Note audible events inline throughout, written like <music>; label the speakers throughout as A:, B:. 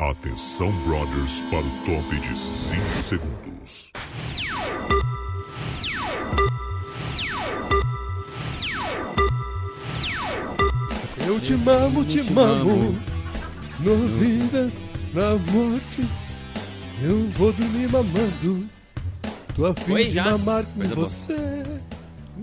A: Atenção, brothers, para o top de 5 segundos.
B: Eu te amo, te amo. Na vida, na morte, eu vou dormir mamando. Tô afim
C: Oi,
B: de
C: já?
B: mamar com
C: Coisa boa.
B: você.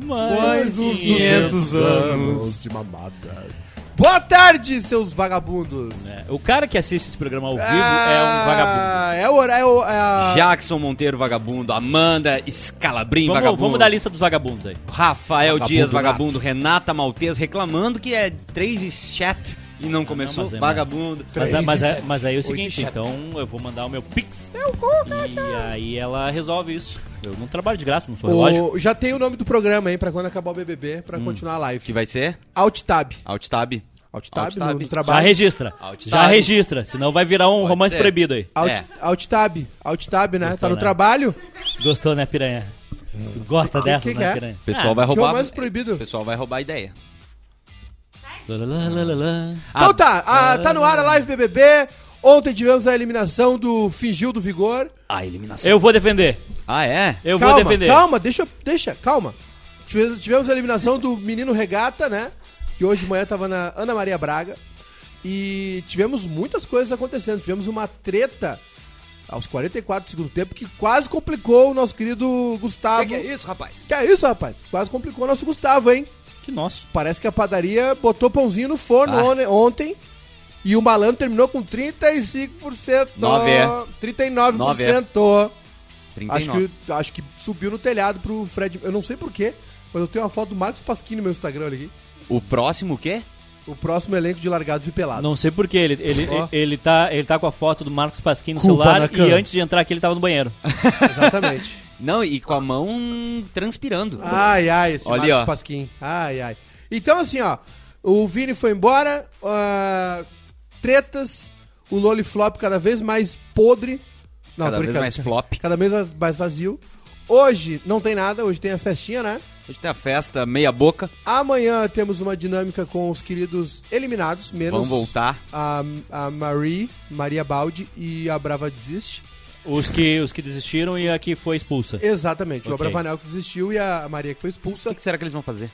B: Mais uns 500 anos de mamadas. Boa tarde, seus vagabundos.
D: É, O cara que assiste esse programa ao vivo é um vagabundo.
B: Ah, É o horário. É o- é a-
C: Jackson Monteiro, vagabundo. Amanda Scalabrim,
D: Vamos,
C: vagabundo.
D: vamos dar a lista dos vagabundos aí.
C: Rafael
B: Vagabundo
C: Dias, vagabundo. Renata Maltês reclamando que é 3 e chat e não começou.
D: mas é,
C: vagabundo.
B: Três
D: Mas, a-
B: e
D: mas, a-
B: sete.
D: mas aí é o
B: Oito e
D: seguinte,
B: sete. É
D: então eu vou mandar o meu pix. e aí ela resolve isso. Eu não trabalho de graça, não sou relógio.
B: O- já tem o nome do programa, hein? Pra quando acabar o BBB, pra continuar a live.
C: Hum. Que vai ser?
B: Alt Tab.
C: Alt Tab.
B: Alt Tab,
C: Alt
B: no-
C: Tab.
B: no,
C: Já
D: Já
B: trabalho.
D: registra.
C: Alt
D: Já
C: tab.
D: registra, senão vai virar um
C: Pode
D: romance
C: ser.
D: proibido aí.
B: Alt,
C: É.
B: Alt Tab. Alt Tab, né?
D: Gostou,
B: tá no
D: né?
B: trabalho.
D: Gostou, né, piranha? Tu gosta dessa,
B: que que
D: né,
B: é?
D: piranha?
C: O pessoal vai
B: Que é
C: roubar.
B: o mais proibido.
C: O pessoal vai roubar a ideia.
D: Lá, lá, lá, lá, lá.
B: Então tá, ah, tá no ar a live BBB. Ontem tivemos a eliminação do Fingiu do Vigor.
C: Ah, eliminação.
D: Eu vou defender.
C: Ah, é?
D: Eu
B: calma,
D: vou defender.
B: calma, deixa, deixa, calma. Tivemos, tivemos a eliminação do Menino Regata, né? Que hoje de manhã tava na Ana Maria Braga. E tivemos muitas coisas acontecendo. Tivemos uma treta aos 44 do segundo tempo que quase complicou o nosso querido Gustavo.
C: Que que é isso, rapaz?
B: Que é isso, rapaz? Quase complicou o nosso Gustavo, hein?
D: Que nosso.
B: Parece que a padaria botou pãozinho no forno
C: Ah.
B: one- ontem. E o malandro terminou com 35%.
C: Nove é.
B: 39%.
C: Nove é. 39.
B: Acho, que, acho que subiu no telhado pro Fred. Eu não sei porquê, mas eu tenho uma foto do Marcos Pasquini no meu Instagram olha aqui.
C: O próximo o quê?
B: O próximo elenco de largados e pelados. <laughs>
D: Não sei porquê, ele, ele,
B: Ó.
D: ele, tá, ele tá com a foto do Marcos Pasquim no
B: Culpa na
D: celular e
B: cama.
D: antes de entrar aqui ele tava no banheiro.
B: Exatamente.
C: Não, e com a mão transpirando.
B: ai, ai, esse
C: Olha ali,
B: Marcos
C: ó.
B: Pasquim. Ai, ai. Então, assim, ó. O Vini foi embora. ah, tretas. O Loliflop cada vez mais podre. Não,
C: Cada
B: tô
C: vez
B: brincando.
C: mais flop.
B: Cada vez mais vazio. Hoje não tem nada, hoje tem a festinha, né?
C: Hoje tem a festa, meia boca.
B: Amanhã temos uma dinâmica com os queridos eliminados, menos
C: Vamos voltar.
B: a, a Marie, Maria Baldi e a Brava Desiste.
D: Os que, os que desistiram e a que foi expulsa.
B: Exatamente, o
D: Ok.
B: Abravanel que desistiu e a Maria que foi
C: O
B: expulsa.
C: que que será que eles vão fazer?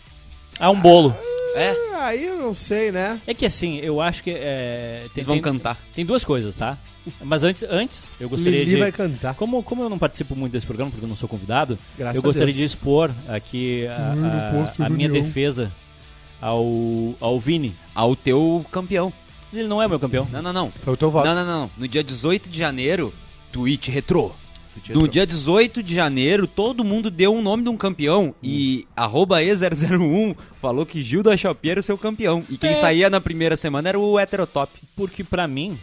D: Ah, um bolo.
C: É?
B: Aí eu não sei, né?
D: É que assim, eu acho que. É, tem,
C: Eles vão
D: tem-
C: cantar.
D: Tem duas coisas, tá? Mas antes, antes eu gostaria
B: Lili
D: de.
B: vai cantar.
D: Como, como eu não participo muito desse programa, porque eu não sou convidado,
B: Graças
D: eu gostaria
B: a Deus.
D: de expor aqui a,
B: Primeiro
D: a-
B: posto
D: a minha
B: reunião.
D: defesa ao, ao Vini.
C: Ao teu campeão.
D: Ele não é meu campeão.
C: Não, não, não.
B: Foi o teu voto.
C: Não, não, não. No dia 18 de janeiro, tweet retrô.
B: Tweet
C: No
B: retrô.
C: dia 18 de janeiro, todo mundo deu um nome de um campeão e arroba E001 falou que Gil da Chapie era o seu campeão. E quem
D: É.
C: saía na primeira semana era o heterotop.
D: Porque pra mim,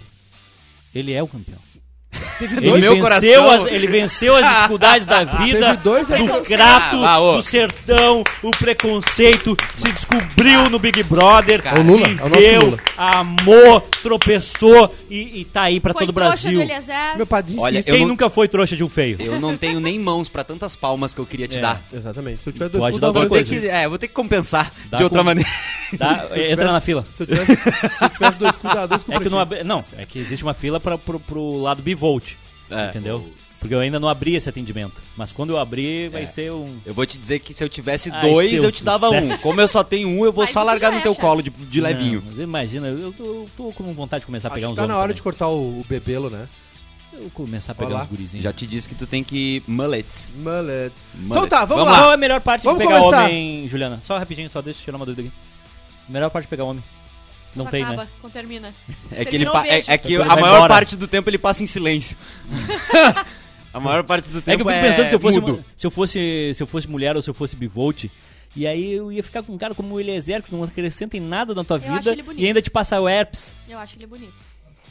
D: ele é o campeão.
B: Teve
D: Ele
C: No
B: dois,
C: meu
D: venceu,
C: coração-
D: as, ele venceu as dificuldades da vida,
B: <laughs> Teve dois aí.
D: do crato,
C: Ah, ah, ô.
D: do sertão, o preconceito, se descobriu no Big Brother,
C: Cara,
B: É o Lula, é o nosso Lula.
D: viveu, amou, tropeçou e, e tá aí pra
E: Foi
D: todo o
E: trouxa
D: Brasil.
E: do Eliezer.
B: meu padrinho.
C: Olha,
B: insiste.
C: eu
D: Quem
C: não-
D: nunca foi trouxa de um feio?
C: Eu não tenho nem mãos pra tantas palmas que eu queria te
D: É.
C: dar.
B: Exatamente. Se eu tiver dois
D: Pode
B: pontos,
D: dar
B: eu vou
C: Vou
D: alguma
B: ter
C: ter
D: coisa.
B: que-
C: que, é, vou ter que compensar
D: Dá
C: de outra
D: com-
C: maneira.
D: Tá?
B: se eu
D: Entra
B: tivesse-
D: na fila.
B: Se eu tivesse, se eu tivesse dois cu, dá dois cu
D: <laughs> É
B: pra
D: que
B: ti.
D: não abri... Não, é que existe uma fila pra, pro, pro lado bivolt,
C: É.
D: entendeu? Porque eu ainda não abri esse atendimento. Mas quando eu
B: É.
D: abrir, vai ser um...
C: Eu vou te dizer que se eu tivesse
D: Ai,
C: dois,
D: seu
C: eu te dava
D: sucesso.
C: um. Como eu só tenho um, eu vou
E: Mas
C: só
E: isso
C: largar
E: já
C: no
E: é
C: teu
E: chato.
C: colo de, de levinho.
D: Não, mas imagina, eu tô, eu tô com vontade de começar a
B: Acho
D: pegar
B: que
D: uns
B: tá na
D: homens
B: hora de
D: também.
B: cortar o, o bebelo, né?
D: Eu começar a
B: Olha
D: pegar
B: lá.
D: uns gurizinhos.
C: Já te disse que tu tem que mullets.
B: Mullet.
C: Mullet.
B: Então tá, vamos,
C: Vamos
B: lá.
D: Qual é a melhor parte
B: Vamos
D: de pegar
B: começar.
D: homem, Juliana? Só rapidinho, só deixa eu tirar uma dúvida aqui. Melhor parte de pegar homem. Não tem,
E: acaba,
D: né?
E: quando termina.
C: É que, ele
E: Terminou
C: pa-
E: o
C: é,
E: beijo.
C: é que a
D: Depois vai
C: maior
D: embora.
C: parte do tempo ele passa em silêncio. <laughs> a maior parte do tempo
D: É que eu fico pensando se eu fosse
C: mudo.
D: uma- se eu fosse se eu fosse mulher ou se eu fosse bivolt, e aí eu ia ficar com um cara como o Eliezer, que não acrescenta em nada na tua
E: Eu acho
D: vida
E: ele bonito.
D: e ainda te passar o herpes.
E: Eu acho ele bonito.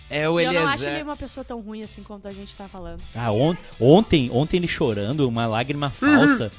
C: É o
E: E eu não acho ele
C: Eliezer.
E: uma pessoa tão ruim assim quanto a gente tá falando.
D: Ah, on- ontem, ontem ele chorando, uma lágrima
B: <laughs>
D: falsa.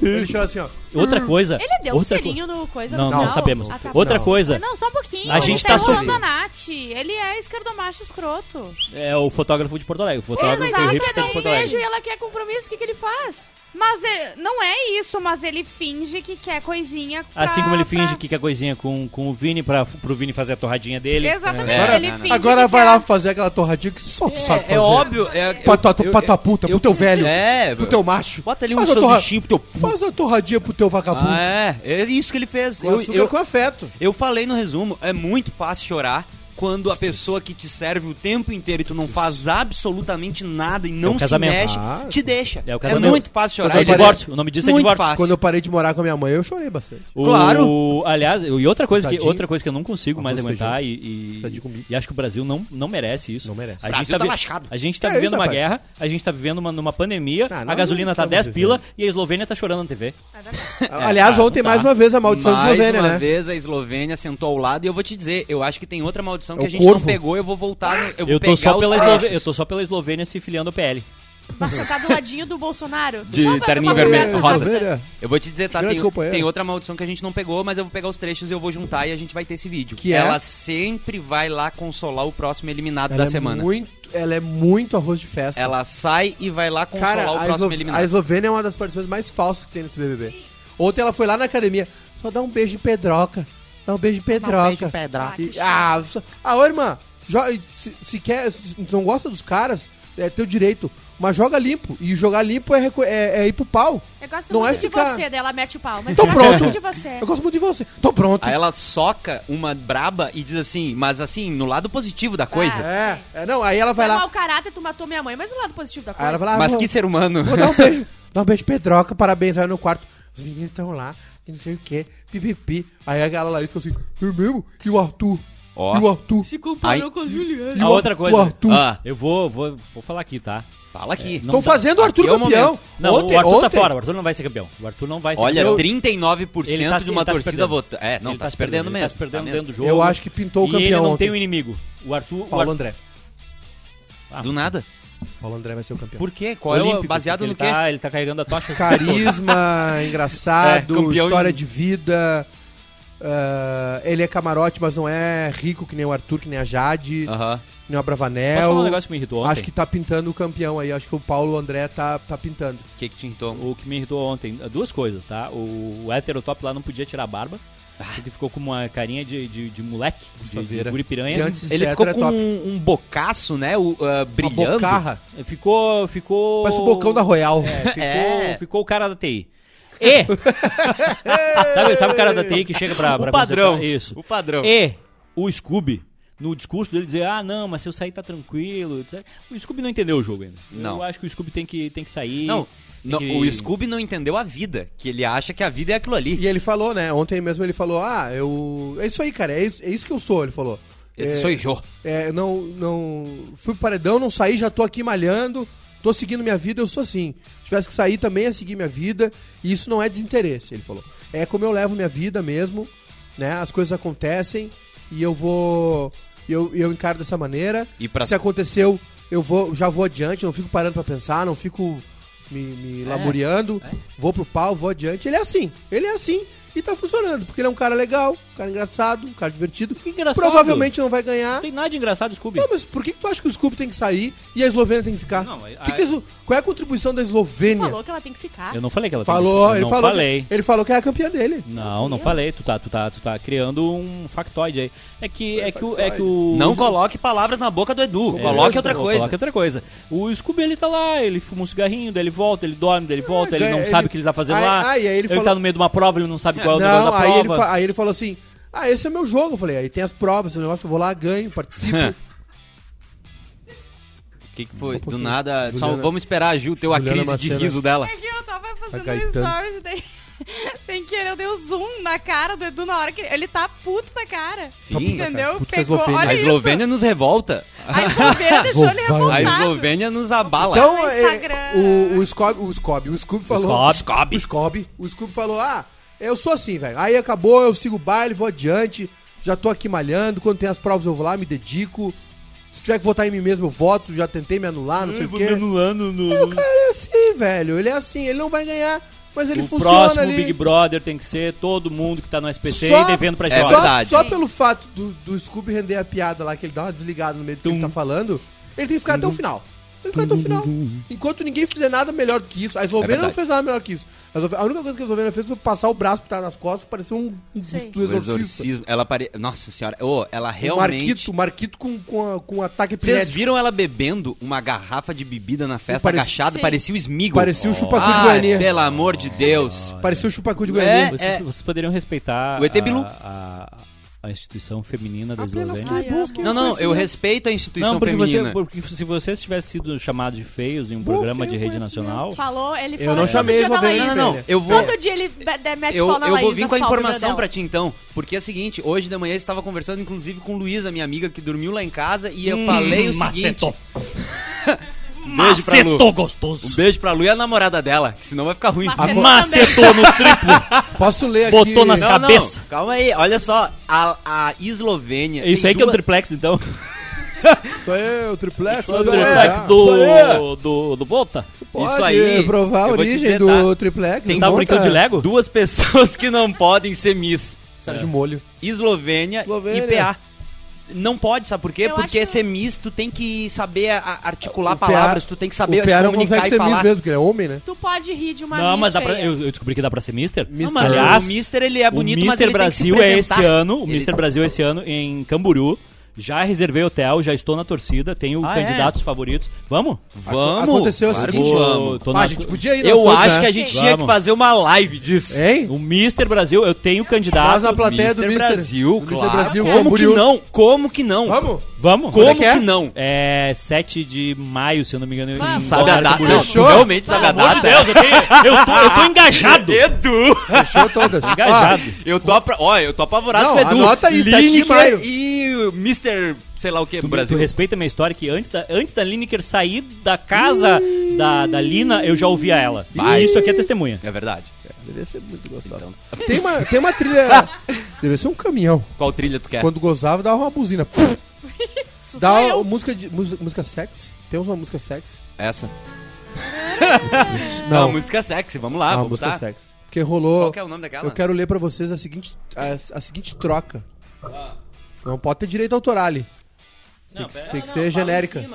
B: Ele chama assim, ó.
D: Outra coisa.
E: Ele deu
D: outra
E: um selinho no coisa
D: Não,
E: no
D: não,
E: final. Ah,
D: sabemos.
E: Atrapalhou.
D: Outra
B: Não.
D: coisa,
F: Não, só um pouquinho.
D: A
F: ele
D: gente
F: tá
D: tá
F: enrolando
B: sofrendo.
F: a Nath. Ele é esquerdomacho escroto.
D: é o fotógrafo de Porto Alegre, o
E: É,
D: fotógrafo
E: mas
D: do
E: ela
D: hipster
E: quer
D: de
E: dar um
D: Porto Alegre.
E: beijo e ela quer compromisso, o que, que ele faz?
F: Mas é- não é isso, mas ele finge que quer coisinha. pra-
D: Assim como ele
F: pra-
D: finge que quer coisinha com, com o Vini, pra, pro Vini fazer a torradinha dele.
F: Exatamente,
C: É,
F: ele
C: não, não.
F: finge.
B: Agora
F: que
B: vai
F: quer-
B: lá fazer aquela torradinha que só tu sabe fazer.
C: É óbvio. É,
B: Pra tua, pra tua puta, pro teu velho,
C: É,
B: pro teu macho.
C: Bota ali um
B: Faz a torra-
C: sanduichinho pro teu puto.
B: Faz a torradinha pro teu vagabundo.
C: Ah, é, é isso que ele fez.
B: Com
C: Eu,
B: açúcar
C: eu,
B: com afeto.
C: eu falei no resumo, é muito fácil chorar quando a pessoa que te serve o tempo inteiro e tu não faz absolutamente nada e não se
D: É casamento.
C: mexe,
B: Ah.
C: te deixa.
D: É o
C: É
D: casamento.
C: muito fácil chorar.
D: É o
C: Ele-
D: divórcio, o nome disso é
C: Muito
D: divórcio.
C: fácil.
B: Quando eu parei de morar com a minha mãe, eu chorei bastante.
D: O-
C: Claro.
D: Aliás, eu- e outra coisa, que,
B: Sadinho.
D: outra coisa que eu não consigo mais
B: Arroz,
D: aguentar e, e,
B: Sadinho com milho.
D: e acho que o Brasil não, não merece isso.
B: Não merece.
D: A
C: Brasil
D: gente tá,
C: tá
D: vi-
C: lascado.
D: A gente tá
B: É
D: vivendo
B: isso,
D: uma
B: rapaz.
D: guerra, a gente tá vivendo uma, numa pandemia,
B: Ah, não,
D: a gasolina
B: não
D: tá
B: estamos
D: 10 pila
B: vivendo.
D: e a Eslovênia tá chorando na TV.
B: Aliás,
D: tá,
B: ontem,
D: não
B: mais
D: tá.
B: uma vez, a maldição
C: Mais
B: de Eslovênia,
C: uma
B: né?
C: vez a Eslovênia sentou ao lado e eu vou te dizer, eu acho que tem outra maldição que
B: É o
C: a gente
B: corvo.
C: não pegou, eu vou voltar, no- eu vou
D: Eu
C: pegar
D: tô, só
C: os
D: pela
C: trechos.
D: Eslovênia, eu tô só pela Eslovênia se filiando ao PL.
E: Mas você tá do ladinho do Bolsonaro.
C: De
E: Só pra-
C: terninho
E: uma
C: vermelho,
B: É,
E: conversa
C: rosa.
E: rápida.
B: Eslovênia,
C: Eu vou te dizer, tá?
B: Grande
C: Tem,
B: companheiro.
C: tem outra maldição que a gente não pegou, mas eu vou pegar os trechos e eu vou juntar e a gente vai ter esse vídeo.
B: Que é?
C: ela sempre vai lá consolar o próximo eliminado
B: Ela
C: da
B: é
C: semana.
B: muito, ela é muito arroz de festa.
C: Ela sai e vai lá consolar
B: Cara,
C: o
B: a,
C: próximo
B: Eslo- a
C: eliminado.
B: Eslovênia é uma das participantes mais falsas que tem nesse BBB. Ontem ela foi lá na academia, só dá um beijo em Pedroca. Dá um beijo em Pedroca.
E: Ah, que
B: E-
E: chato.
B: ah, só- ah, ô irmã, jo- se, se quer, se não gosta dos caras, é teu direito. Mas joga limpo. E jogar limpo é, reco- é- é ir pro pau.
E: Eu gosto
B: Não
E: muito
B: é
E: de
B: ficar-
E: você, dela mete o pau. Mas
B: Então
E: eu gosto
B: pronto.
E: muito de você.
B: Eu gosto muito de você. Então pronto.
C: Aí ela soca uma braba e diz assim, mas assim, no lado positivo da coisa.
B: É, é, não, aí ela vai
E: Vai
B: lá.
E: mau caráter, tu matou minha mãe. Mas o lado positivo da
B: Aí
E: coisa.
B: ela vai lá.
C: Mas
B: vou-
C: que ser humano.
B: Vou dar um beijo. Dá um beijo, Pedroca, parabéns. Aí no quarto, os meninos estão lá, e não sei o que, pipipi. Aí a galera lá ficou assim, é mesmo? E o Arthur?
C: Ó.
B: E o Arthur?
E: Se
C: Ai.
E: comparou com a Juliana.
B: E
D: A
B: o-
D: outra coisa.
B: o Arthur.
C: Ah,
D: Eu vou, vou, vou falar aqui, tá?
B: um-
C: <laughs> fala aqui.
D: É, não-
B: Estão
D: dá.
B: fazendo o Arthur
C: Aqui é o
B: campeão.
C: momento.
D: Não, o Arthur tá fora, o Arthur não vai ser campeão. O Arthur não vai ser
C: Olha,
D: campeão.
C: 39%
D: Ele tá se-
C: de uma
D: ele tá se
C: torcida
D: perdendo.
C: vota. É, não,
D: ele
C: tá, se perdendo,
D: ele
C: mesmo.
D: Tá se perdendo
C: mesmo.
D: dentro do jogo.
B: Eu acho que pintou o
D: e
B: campeão
D: ele não
B: ontem.
D: tem um inimigo. O Arthur... o
B: Paulo
D: Arthur-
B: André.
D: Ah,
C: Do nada.
B: Paulo André vai ser o campeão.
C: Por quê? Qual é o
D: Olímpico,
C: baseado no
D: porque ele
C: quê?
D: Tá, ele tá carregando a tocha. <laughs>
B: Carisma,
C: É,
B: engraçado,
C: campeão
B: história
C: em-
B: de vida. ah, ele é camarote, mas não é rico que nem o Arthur, que nem a Jade,
C: Aham.
B: que nem a
D: Ah. Posso falar um
B: Bravanel.
D: negócio que me irritou ontem?
B: é acho que tá pintando o campeão aí. Acho que o Paulo André tá, tá pintando.
C: O que que te irritou?
D: O que me irritou ontem, duas coisas, tá? O, o hétero top lá não podia tirar a barba, porque ficou com uma carinha de, de, de moleque, de, de
B: Gustaveira.
D: guri
B: Que
D: piranha.
B: antes de
C: Ele
B: ser
C: ficou
B: hétero é
C: com
B: top.
C: um, um bocaço, né? O, ah,
B: Uma
C: brilhando.
B: bocarra.
D: Ficou, ficou...
B: Parece o bocão da Royal.
D: Ficou,
C: É.
D: ficou o cara da TI. E... <laughs> sabe, sabe o cara da TI que chega pra... pra
C: O padrão.
D: consertar? Isso.
C: O padrão.
D: E o Scooby, no discurso dele, dizer: Ah, não, mas se eu sair tá tranquilo. etc. O Scooby não entendeu o jogo ainda.
C: Não.
D: Eu acho que o Scooby tem que, tem que sair.
C: Não,
D: tem
C: não,
D: que-
C: o Scooby não entendeu a vida. Que ele acha que a vida é aquilo ali.
B: <laughs> E ele falou, né? Ontem mesmo ele falou: Ah, eu. É isso aí, cara. É isso, é isso que eu sou. Ele falou.
C: Esse
B: É,
C: sou eu.
B: É, eu não, não. Fui pro paredão, não saí, já tô aqui malhando, tô seguindo minha vida, eu sou assim. Se tivesse que sair também ia seguir minha vida, e isso não é desinteresse, ele falou. É como eu levo minha vida mesmo, né? As coisas acontecem e eu vou. Eu, eu encaro dessa maneira.
C: E pra-
B: Se aconteceu, eu vou, já vou adiante, não fico parando pra pensar, não fico me,
C: É.
B: me lamuriando, vou pro pau, vou adiante. Ele é assim, ele é assim e tá funcionando, porque ele é um cara legal, um cara engraçado, um cara divertido.
D: Que engraçado.
B: Provavelmente não vai ganhar.
D: Não tem nada de engraçado, Scooby.
B: Não, mas por que, que tu acha que o Scooby tem que sair e a Eslovênia tem que ficar?
D: Não, a-
B: Que que isso- qual é a contribuição da Eslovênia?
E: Falou que ela tem que ficar.
D: Eu não falei que ela
B: Falou,
D: tem
B: ele
D: que não
B: falou.
D: falei.
B: Que, ele falou que é a campeã dele.
D: Não, não falei. Tu tá, tu, tá, tu tá criando um factoide aí. É que, é que, o, é que o.
C: Não coloque palavras na boca do Edu.
D: É,
C: coloque outra
D: não,
C: coisa.
D: Coloque outra coisa. O Scooby, ele tá lá, ele fuma um cigarrinho, daí ele volta, ele dorme, daí ele volta, ele
B: ganha-
D: não
B: ele-
D: sabe o que ele tá fazendo
B: Aí-
D: lá.
B: aí, aí ele
D: ele
B: falou-
D: tá no meio de uma prova, ele não sabe qual é o negócio
B: não,
D: da
B: aí
D: prova.
B: ele, fa- aí ele falou assim: Ah, esse é meu jogo. Eu falei, aí tem as provas, esse negócio, eu vou lá, ganho, participo.
D: <laughs>
C: O que, que foi?
B: pouquinho.
C: do nada. Só
B: Juliana-
C: vamos esperar a Ju ter uma
B: Juliana
C: crise de
B: Macena.
C: riso dela.
F: É que eu tava fazendo
B: Tá
F: um
B: gaitando. <laughs>
F: stories e daí, sem querer, eu dei o zoom um na cara do Edu na hora que ele tá puto da cara.
C: Sim.
F: Entendeu?
B: Puto Então, que
F: Pegou,
B: eslovênio.
F: olha
C: A
F: isso.
C: Eslovênia nos revolta.
F: A Eslovênia deixou ele
B: Vovó.
C: A
F: revoltado.
C: Eslovênia nos abala.
B: então,
F: no
B: é,
F: Instagram.
B: o, o Scooby, o Scooby, o Scooby falou.
D: Scooby.
B: O Scooby, o Scooby falou: Ah, eu sou assim, velho. Aí acabou, eu sigo o baile, vou adiante. Já tô aqui malhando. Quando tem as provas, eu vou lá, me dedico. Se tiver que votar em mim mesmo, eu voto. Já tentei me anular, não sei o quê.
D: anulando no.
B: Ele é assim, velho. Ele é assim. Ele não vai ganhar, mas ele
D: o
B: funciona
D: próximo
B: ali.
D: Big Brother tem que ser todo mundo que tá no SPC
B: Só-
D: e devendo pra
C: É
D: Jorge.
B: só,
C: verdade.
B: só pelo fato do, do Scooby render a piada lá, que ele dá uma desligada no meio do que ele tá falando, ele tem que ficar até o final. Eles correm até o final. Enquanto ninguém fizer nada melhor do que isso, a Eslovênia não
C: É verdade.
B: fez nada melhor que isso. A Eslo- A única coisa que a Eslovênia fez foi passar o braço pra nas costas, parecia um, um
E: Sim.
B: do
C: O
B: exorcista.
C: exorcismo, ela pare... Nossa senhora, ô, ela
B: O
C: realmente...
B: Marquito, o Marquito com, com, a- com ataque
C: Vocês
B: epilético.
C: viram ela bebendo uma garrafa de bebida na festa
B: Parecia-
C: agachada?
E: Sim.
C: Parecia o Smigol.
B: Parecia o chupacu de
C: ah,
B: Goiânia.
C: pelo amor de Deus.
B: Parecia o chupacu de
C: É,
B: Goiânia.
D: Vocês, vocês poderiam respeitar
C: O ET
D: a-
C: Bilu.
D: a, a instituição feminina da
B: Apenas
D: Eslovênia.
E: Ai,
B: que busquem
C: Não, não, eu
B: conhecimento.
C: respeito a instituição
D: Não, porque, você,
C: feminina.
D: porque se vocês tivessem sido chamados de feios em um
B: Busquem
D: programa de
B: o
D: rede
B: conhecimento.
D: nacional,
E: Falou, ele
B: Eu
E: falou
B: não
E: todo
B: chamei
E: dia
B: a
E: da
B: Eslovênia
E: Laís.
B: de
C: Não, não, não, eu vou-
E: Todo dia ele be- de- mete
C: Eu,
E: pau na
C: eu
E: Laís
C: vou vir
E: nas
C: com a
E: pálpebras
C: informação
E: dela.
C: pra ti então, porque é o seguinte, hoje de manhã eu estava conversando inclusive com Luísa, minha amiga que dormiu lá em casa, e eu
D: Hum,
C: falei o seguinte,
D: macetou.
C: um beijo pra Lu.
D: Macetou gostoso.
C: Um beijo pra Lu e a namorada dela, que senão vai ficar ruim.
E: Macetou também.
D: Macetou no triplo.
B: Posso ler aqui.
D: Botou nas
C: Não, não,
D: cabeça.
C: calma aí, olha só, a, a Eslovênia.
D: É Isso
C: tem
D: aí que é o
C: duas-
D: triplex,
C: <laughs>
D: então.
B: Isso aí, o triplex. Ah.
D: O
B: vai
D: triplex
C: é.
B: olhar.
D: do, do, do Bota.
B: Pode
C: Isso aí,
B: provar a
C: eu vou te
B: origem
C: dizer,
B: do triplex.
D: Você
B: Tem
D: tava brincando de Lego?
C: Duas pessoas que não podem ser Miss.
B: Sérgio Molho.
C: Eslovênia,
B: Eslovênia.
C: e PA. Não pode, sabe por quê?
E: Eu
C: Porque
E: acho-
C: ser Miss, tu tem que saber a- a- articular
B: O PA
C: palavras, tu tem que saber
B: o Piara não
C: comunicar
B: consegue ser
C: e falar.
B: Miss mesmo, porque ele é homem, né?
E: Tu pode rir de uma
D: Não,
E: Miss
D: mas dá pra,
E: feia.
D: eu, eu descobri que dá pra ser Mister.
B: Mister.
C: Mas
D: Aliás,
C: o Mister, ele é bonito,
D: o
C: mas
D: Mister
C: ele tem
D: Brasil
C: que se
D: é
C: apresentar.
D: esse ano, o
C: Ele- tá
D: Mister Brasil é esse ano em Camboriú. Já reservei hotel, já estou na torcida, tenho
C: Ah, é?
D: candidatos favoritos. Vamos?
C: Vamos!
B: Aconteceu o
C: claro
B: seguinte,
C: que
D: Vou-
C: vamos.
D: tô
B: Ah,
D: na-
B: a gente podia ir
C: Eu
B: nós todos,
C: acho
B: né?
C: que a gente
D: Sim.
C: tinha que
D: Vamos.
C: fazer uma live disso.
B: Hein?
D: O Mister Brasil, eu tenho
B: Nós na
D: candidato.
B: plateia do
C: Mister
B: Mister
C: Brasil,
B: do
C: claro.
B: Brasil,
C: Como que
B: Camboriú.
C: não? Como que não?
B: Vamos?
D: Vamos?
C: Como
B: é que
C: que,
B: é?
C: não?
D: É 7 de maio, se eu não me engano.
E: Vamos.
D: em
C: Sabe a
D: Balneário
C: data?
D: Camboriú.
C: Não,
B: Fechou?
C: tu realmente sabe a
D: Pelo amor de
C: data?
D: Deus, eu, tenho, eu, tô, eu tô engajado.
C: Edu!
B: Fechou
C: <laughs>
B: todas.
D: Engajado.
C: Eu tô, apra... ó, eu tô apavorado
B: Não,
C: com o Edu.
B: anota aí, 7 de
C: Lineker
B: maio.
C: E o Mr. sei lá o que,
D: Tu,
C: Brasil.
D: tu respeita a minha história que antes da, antes da Lineker sair da casa da, da Lina, eu já ouvia ela.
C: Vai.
D: E isso aqui é testemunha.
C: É verdade.
B: Ah, Devia ser muito gostosa. Tem, uma, tem uma
C: <laughs>
B: trilha... Devia ser um caminhão.
C: Qual trilha tu quer?
B: Quando gozava, dava uma
C: <laughs>
B: buzina.
E: Isso sou
B: Dá
E: eu.
B: uma música, de, música, música sexy. Temos uma música sexy?
C: Essa. Não,
B: Não,
C: música sexy, vamos lá,
B: não uma
C: vamos
B: música
C: tá.
B: sexy. Porque rolou...
C: Qual que é o nome daquela?
B: Eu quero ler pra vocês a seguinte, a, a seguinte troca.
C: Ah.
B: Não pode ter direito autoral ali. Tem que, tem que ser genérica.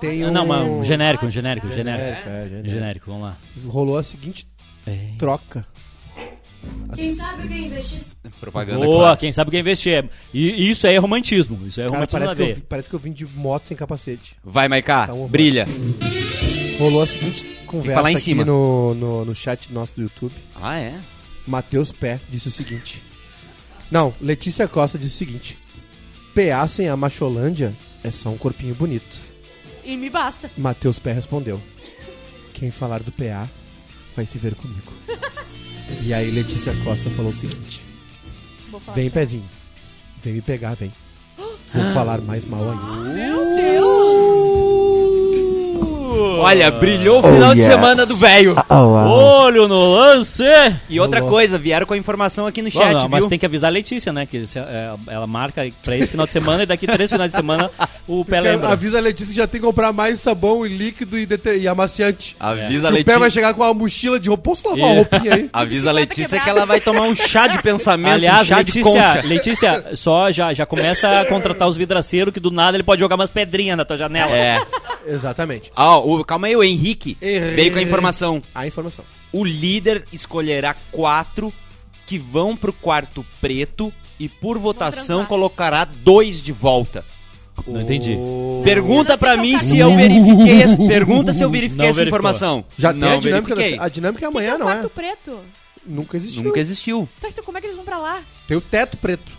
B: Tem um...
D: Não, mas um genérico, um genérico, um genérico.
B: Genérica, é,
D: Um
B: genérica.
D: genérico, vamos lá.
B: Rolou a seguinte
C: É.
B: troca.
G: Quem sabe quem investir
C: Propaganda.
D: Boa,
C: claro.
D: quem sabe quem investir. é- E isso aí é romantismo. Isso aí é
B: Cara,
D: romantismo
B: parece
D: na
B: que, eu,
D: veia.
B: vi- parece que eu vim de moto sem capacete.
C: Vai, Maiká,
B: Tá bom.
C: brilha.
B: Rolou a seguinte conversa
C: falar em
B: aqui
C: cima.
B: No, no, no chat nosso do YouTube.
C: Ah, é?
B: Matheus Pé disse o seguinte. Não, Letícia Costa disse o seguinte. PA sem a Macholândia é só um corpinho bonito.
E: E me basta.
B: Matheus Pé respondeu: Quem falar do PA vai se ver comigo. e aí Letícia Costa falou o seguinte:
E: Vou falar.
B: Vem, pezinho. Vem me pegar, vem.
C: Ah.
B: Vou falar mais mal ainda.
C: Olha, brilhou o final
B: Oh,
C: de semana do velho.
B: Ah,
D: Olho no lance!
C: E outra
B: Rolou.
C: coisa, vieram com a informação aqui no
D: Bom,
C: chat,
D: não,
C: viu?
D: mas tem que avisar a Letícia, né? Que se- é, ela marca pra esse final de semana e daqui três finais de semana o pé lembra.
B: Avisa a Letícia que já tem que comprar mais sabão e líquido e, deter- e amaciante.
C: Avisa a
B: É. Que O pé
C: Letícia.
B: vai chegar com uma mochila de roupa. Posso lavar a
D: E-
B: roupinha
C: <laughs>
B: aí?
C: Avisa a Letícia
E: quebrada.
C: que ela vai tomar um chá
D: <laughs>
C: de pensamento, um
D: Aliás,
C: chá de concha.
D: Letícia, Letícia, só já, já começa a contratar os vidraceiros que do nada ele pode jogar umas pedrinhas na tua janela.
C: É.
B: Exatamente.
C: Ó, o- calma aí, o Henrique
B: Henrique.
C: veio com a informação.
B: A informação.
C: O líder escolherá quatro que vão pro quarto preto e por votação
E: transar.
C: colocará dois de volta.
D: Não entendi.
B: O-
C: Pergunta
E: Eu
C: pra
E: sei é
C: mim
E: trocar
C: se eu
E: com
C: verifiquei.
B: <laughs>
C: esse- pergunta se eu verifiquei
D: Não
C: essa
D: verificou.
C: informação.
B: Já
C: não
B: tem a dinâmica. da-
C: verifiquei.
B: a dinâmica é
E: Quem que
B: amanhã,
E: é o
B: não é?
E: quarto preto?
B: Nunca existiu.
C: Nunca existiu.
E: Tá, então como é que eles vão pra lá?
B: Tem o teto preto.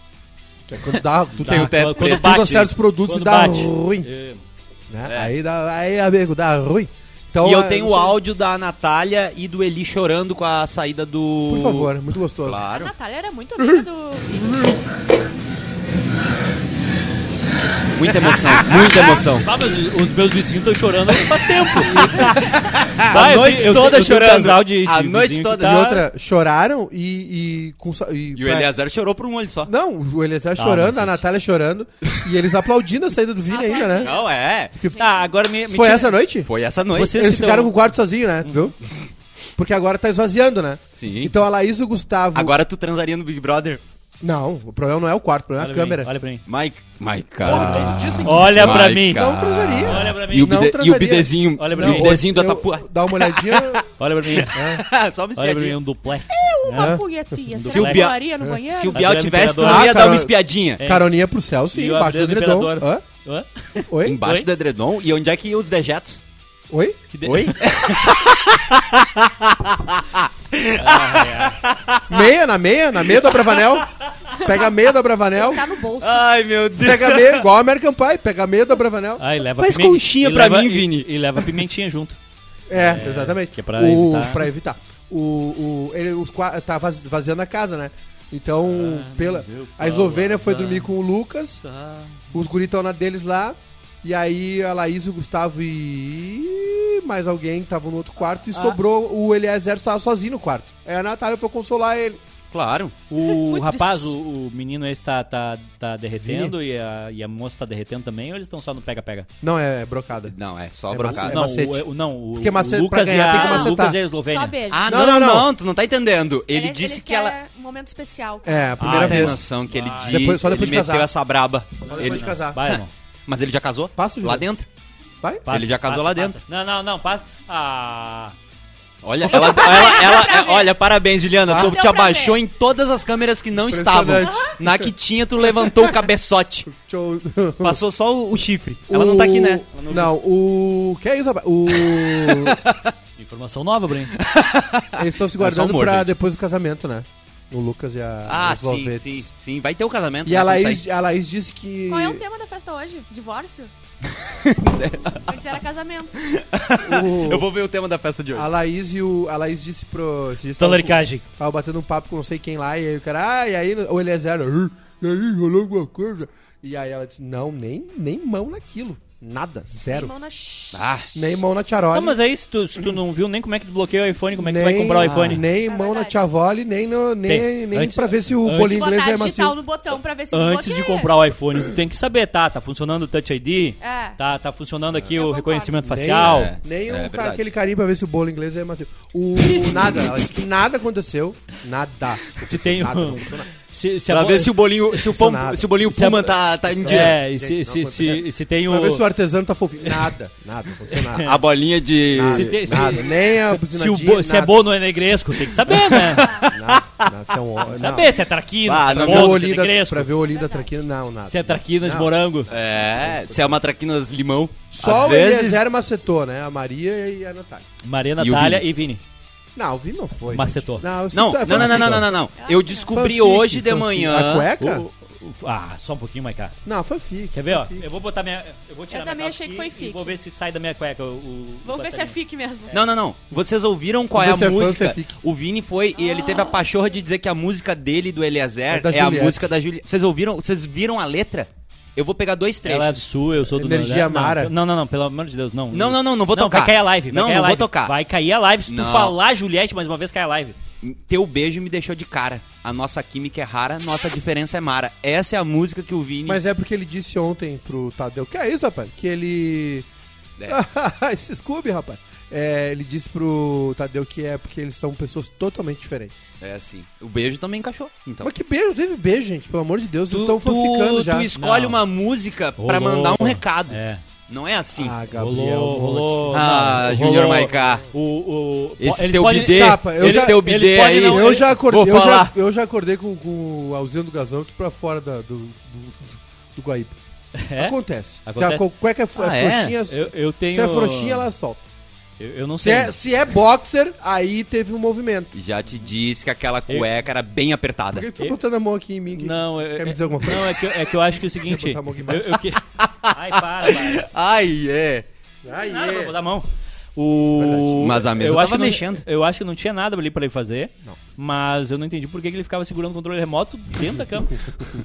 B: Que é quando
C: <laughs>
B: dá. Tu
D: Tá,
B: tem o
C: teto
D: quando-
C: preto.
D: quando
B: Tu usa
D: bate.
B: certos produtos
D: Quando
B: e dá
D: bate.
B: ruim.
D: É,
B: né?
C: É.
B: Aí, dá, aí, amigo, dá ruim. Então,
C: E eu
B: é,
C: tenho
B: não
C: o
B: sei.
C: áudio da Natália e do Eli chorando com a saída do.
B: Por favor, é muito gostoso.
E: A
C: Claro.
E: Natália era muito amiga do...
C: <laughs>
B: <laughs>
C: Muita emoção, muita emoção.
D: Ah, mas os, os meus vizinhos estão chorando faz
C: <laughs>
D: tempo.
C: A noite toda chorando.
D: Um casal de, de
C: A noite
D: vizinho que
C: toda.
D: Tá...
B: E outra, choraram e. E, com, sa- e
C: E o
B: pra-
C: Eliezer Tá, chorou por um olho só.
B: Não, o Eliezer
D: Calma,
B: chorando, a
D: gente.
B: Natália chorando. e eles aplaudindo a saída do Vini ainda, né?
C: Não, é.
D: Tá, agora me, me
B: Foi
D: tira- Uhum.
B: essa noite?
C: Foi essa noite.
D: Vocês
B: Eles
D: que
B: ficaram com
D: tão-
B: o quarto sozinho, né? Tu viu? Porque agora tá esvaziando, né?
C: Sim.
B: Então a Laís e o Gustavo.
C: Agora tu transaria no Big Brother?
B: Não, o problema não é o quarto, o problema é
D: Olha
B: a
D: pra mim,
B: câmera.
D: Olha pra mim.
C: Mike. Mike.
B: Porra, todo dia sem
D: Olha
C: Vai,
D: pra mim. Ah,
C: cara.
B: Não Então transaria.
D: Olha pra mim.
C: E o,
B: Não
C: bide, e
B: transaria.
C: o bidezinho,
D: Olha pra
C: e o
D: mim.
C: bidezinho da
B: Eu-
C: tapu... <laughs>
B: Dá uma
D: <laughs>
B: olhadinha.
D: Olha
B: <laughs>
D: pra mim.
H: Só uma
D: Olha pra mim,
H: espiadinha.
D: um duplex.
E: Uma
D: né?
E: punhetinha.
D: Se
E: Será
D: o
E: que
D: Bia-
E: faria no banheiro?
C: Se o
D: A
C: Bial
D: Adriana
C: tivesse, tu
B: Imperador.
C: ia
B: Ah,
C: dar
B: cara.
C: uma espiadinha.
B: Caroninha pro céu, sim,
D: É. E o
B: embaixo do
D: Adriano
B: edredom.
D: Imperador.
B: Hã?
D: Hã?
B: Oi?
C: Embaixo
D: Oi?
C: do edredom. E onde é que iam os dejetos?
B: Oi?
D: Que de-
C: Oi?
B: Meia na meia, na meia da Bravanel. Pega a meia da Bravanel.
F: Tá no bolso.
C: <laughs>
D: Ah,
C: Ai, meu Deus.
B: Pega a meia, igual a American Pie. Pega a meia da Bravanel.
D: Ah, e leva
C: Faz
D: pimen-
C: conchinha
D: e
C: pra
D: leva-
C: mim,
D: e-
C: Vini.
D: E leva pimentinha junto.
B: É, exatamente.
D: que é pra
B: O-
D: evitar.
B: pra evitar. O, o, ele, os, qua- tá vaz- vaziando a casa, né? Então, pela, a Eslovênia foi dormir com o Lucas,
D: Tá.
C: Ah.
B: os guris estão na deles lá, e aí a Laís, o Gustavo e mais alguém estavam no outro quarto, e sobrou o Eliezer estava sozinho no quarto. Aí a Natália foi consolar ele.
H: Claro.
D: O rapaz, o, o menino esse tá, tá, tá derretendo e a, e a moça tá derretendo também ou eles estão só no pega-pega?
B: Não, é, brocada.
C: Não, é só
B: É
C: brocado.
B: massa-
D: não,
B: macete.
D: o, o- não, o,
B: Porque é
D: o
B: macete- pra
D: Lucas
B: ganhar
D: e a,
B: tem que
D: o
B: macetar.
D: Lucas e a Eslovênia.
E: Só beijo.
C: Ah,
B: Não, não,
C: não, não,
B: não.
C: tu não tá entendendo. Ele,
E: Ele-
C: disse
E: ele
C: que ela...
E: quer Um momento especial. cara.
B: É, a primeira
D: Ah,
C: Tem
B: vez.
C: noção que ele disse.
B: Depois- só depois de
C: ele meteu
B: casar.
C: essa braba.
B: depois
C: Ele-
B: de casar.
D: Vai, irmão.
C: Mas ele já casou?
B: Passa,
C: Lá
B: Júlio.
C: dentro.
B: Vai?
D: Passa,
C: já casou
D: passa,
C: lá dentro.
D: passa. Não, não, não, passa. Ah.
C: Olha, ela, ela, ela- é, olha, parabéns, Juliana.
B: Ah.
C: tu
E: Deu
C: te
E: pra
C: abaixou em todas as câmeras que não estavam.
B: Impressionante.
C: Na que tinha, tu levantou o cabeçote.
B: Deixa eu-
C: Passou só o, o chifre.
B: O-
C: Ela não tá aqui, né?
B: Não, o. Que é isso, rapaz? O.
C: <laughs>
D: Informação nova, Bruno.
B: Eles estão se
C: É só
B: guardando
C: humor,
B: pra
C: gente.
B: depois do casamento, né? O Lucas e a.
C: Ah,
B: os
C: sim,
B: Valvetes.
C: sim, sim. Vai ter o casamento.
B: E
C: né,
B: a
C: quando
B: Laís, a Laís disse que.
E: Qual é o tema da festa hoje?
C: <laughs>
E: Divórcio? Antes era casamento.
C: sair.
B: o-
C: Eu vou ver o tema da festa de hoje.
B: A Laís e o. A Laís disse pro. Esses dias tava-
D: Talaricagem.
B: Tava batendo um papo com não sei quem lá, e aí o cara, ah, e aí. Ou ele é zero. "Ah, E aí, rolou alguma coisa? E aí ela disse, não, nem, nem mão naquilo. Nada, zero.
E: Irmão na ch-
C: Ah,
B: Nem mão na tiarola.
D: Não, Então, mas aí se tu, se tu não viu nem como é que desbloqueia o iPhone, como é que tu vai comprar o iPhone?
B: Nem
E: É
B: mão na
E: verdade.
B: tiavole, nem, no, nem,
D: Tem.
B: nem
D: Antes-
B: pra ver se o
D: antes-
B: bolinho inglês
E: Botar
B: é
E: digital
B: macio.
E: no botão pra ver se
D: Antes de
E: desbloqueia.
D: comprar o iPhone, tu tem que saber, tá? Tá funcionando o Touch ID?
E: É.
D: Tá, tá funcionando aqui
E: Eu
D: o
E: concordo.
D: reconhecimento
B: Nem-
D: facial?
C: é.
B: Nem um cara-
C: verdade.
B: aquele carinho pra ver se o bolo inglês é macio. O nada, ela disse que nada aconteceu. Nada.
D: Se tem
B: Nada,
D: um...
B: não funciona.
D: Se,
B: é
D: se a
C: pra
D: bo-
C: ver se o bolinho, se
B: Isso
C: o
B: é
C: pão,
B: nada.
C: se o bolinho
D: Se a-
C: Puma tá, tá em dia.
D: É, e
B: um Gente,
D: se,
B: não
D: se, se, se tem o...
B: Pra ver se o artesano tá fofinho. Nada, nada, não aconteceu nada.
C: A bolinha de.
B: Nada,
D: <laughs> se tem- se-
B: nada, nem a
D: Se, o
B: buzinadinha,
D: bo... se é
B: nada,
D: bono ou é negresco, tem que saber,
C: <laughs>
D: né?
B: Nada, nada,
D: <laughs>
B: se é um... não.
D: saber se é traquina,
C: Ah,
D: se
C: não
D: é
B: Pra ver o
D: bono, se é
B: olhinho da,
D: negresco,
B: pra ver o olhinho da traquina, não, nada.
D: se é traquina de
B: Não.
D: morango.
C: É, se é uma traquinas limão.
B: Só
C: Às
B: o
C: vezes-
B: Eliezer macetou, né? A Maria e a Natália.
D: Maria
C: E o
D: Natália
C: Vini?
D: e Vini.
B: Não, o Vini não foi. gente.
D: Macetou.
B: Não, isso
C: Não,
B: tá-
C: não, não, não, não, não, não, não. Eu descobri
B: É Fanfic,
C: hoje
B: fanfic.
C: de
B: A
C: manhã.
B: cueca?
D: O- o- Ah, só um pouquinho, mais cá.
B: Não, fanfic.
D: Quer ver, ó?
B: fanfic.
D: Eu vou botar minha... Eu vou tirar
E: Eu
D: minha
E: também
D: calça
E: achei que
D: aqui
E: foi
D: e
E: fique.
D: vou ver se sai da minha cueca o... o-
E: Vamos ver se é
D: passarinho.
E: fique mesmo.
C: Não, não, não. Vocês ouviram qual é
B: Vamos ver
C: a
B: se é fã, se é
C: música?
B: fic.
C: o Vini foi e ele
D: Ah.
C: teve a pachorra de dizer que a música dele do
B: É
C: Eliezer
B: da
C: é, a
B: Juliette.
C: música da Juliette. Vocês ouviram? Vocês viram a letra? Eu vou pegar dois trechos.
D: Ela é do sul, eu sou do
B: Energia
D: Nordeste. Não,
B: Mara.
D: Não, não, não, pelo amor de Deus, não.
C: Não, não, não, não vou tocar.
D: vai cair a live. vai
C: Não,
D: cair a
C: não vou
D: live.
C: tocar.
D: Vai cair a live. Se tu
C: Não.
D: falar Juliette mais uma vez, cai a live.
C: Teu beijo me deixou de cara. A nossa química é rara, nossa diferença é mara. Essa é a música que o Vini.
B: Mas é porque ele disse ontem pro Tadeu. Que é isso, rapaz? Que ele.
C: É.
B: Ah. <laughs> Esse Scooby, rapaz. É, ele disse pro Tadeu que é porque eles são pessoas totalmente diferentes.
C: É assim. O beijo também encaixou. Então.
B: Mas que beijo, teve beijo, gente. Pelo amor de Deus, vocês
C: Tu,
B: estão fanficando
C: tu,
B: já.
C: tu escolhe
D: Não.
C: uma música pra
D: Rolou.
C: mandar um recado.
D: É.
C: Não é assim.
B: Ah, Gabriel.
D: Rolou, rolou.
C: Ah,
D: não,
C: Júnior
D: rolou.
C: Maiká.
D: O, o,
C: Esse
D: eles
C: teu
D: podem-
C: bidê,
B: Escapa, eu
C: esse
B: já-
C: teu
D: eles
C: bidê
D: podem
C: aí.
D: não-
B: Eu já acordei,
C: Vou
B: eu já,
C: falar.
B: eu já acordei com, com a usina do gasômetro pra fora da- do, do, do Guaíba.
D: É?
B: Acontece. Se
D: Acontece?
B: a co- cueca é, fro-
C: Ah,
B: é
C: é?
B: frouxinha,
D: Eu, eu tenho.
B: se é frouxinha, ela solta.
D: Eu, eu não
B: Se
D: sei.
B: é, se é boxer, aí teve um movimento.
C: Já te disse que aquela cueca era bem apertada.
B: Por que tu tá botando a mão aqui em mim? que-
D: Não, eu,
B: Quer
D: é-
B: me dizer alguma coisa?
D: Não, é que, eu- é que eu acho que é o seguinte.
B: Quer botar a mão aqui embaixo?
D: eu- eu que- Ai, para, para.
C: Ai, é.
B: Aí,
D: Nada,
B: é.
D: vou dar a mão. O...
C: Mas a mesa
D: eu
C: tava
D: acho que não-
C: mexendo.
D: eu acho que não tinha nada ali pra ele fazer. Mas eu não entendi por que que ele ficava segurando o controle remoto dentro da cama.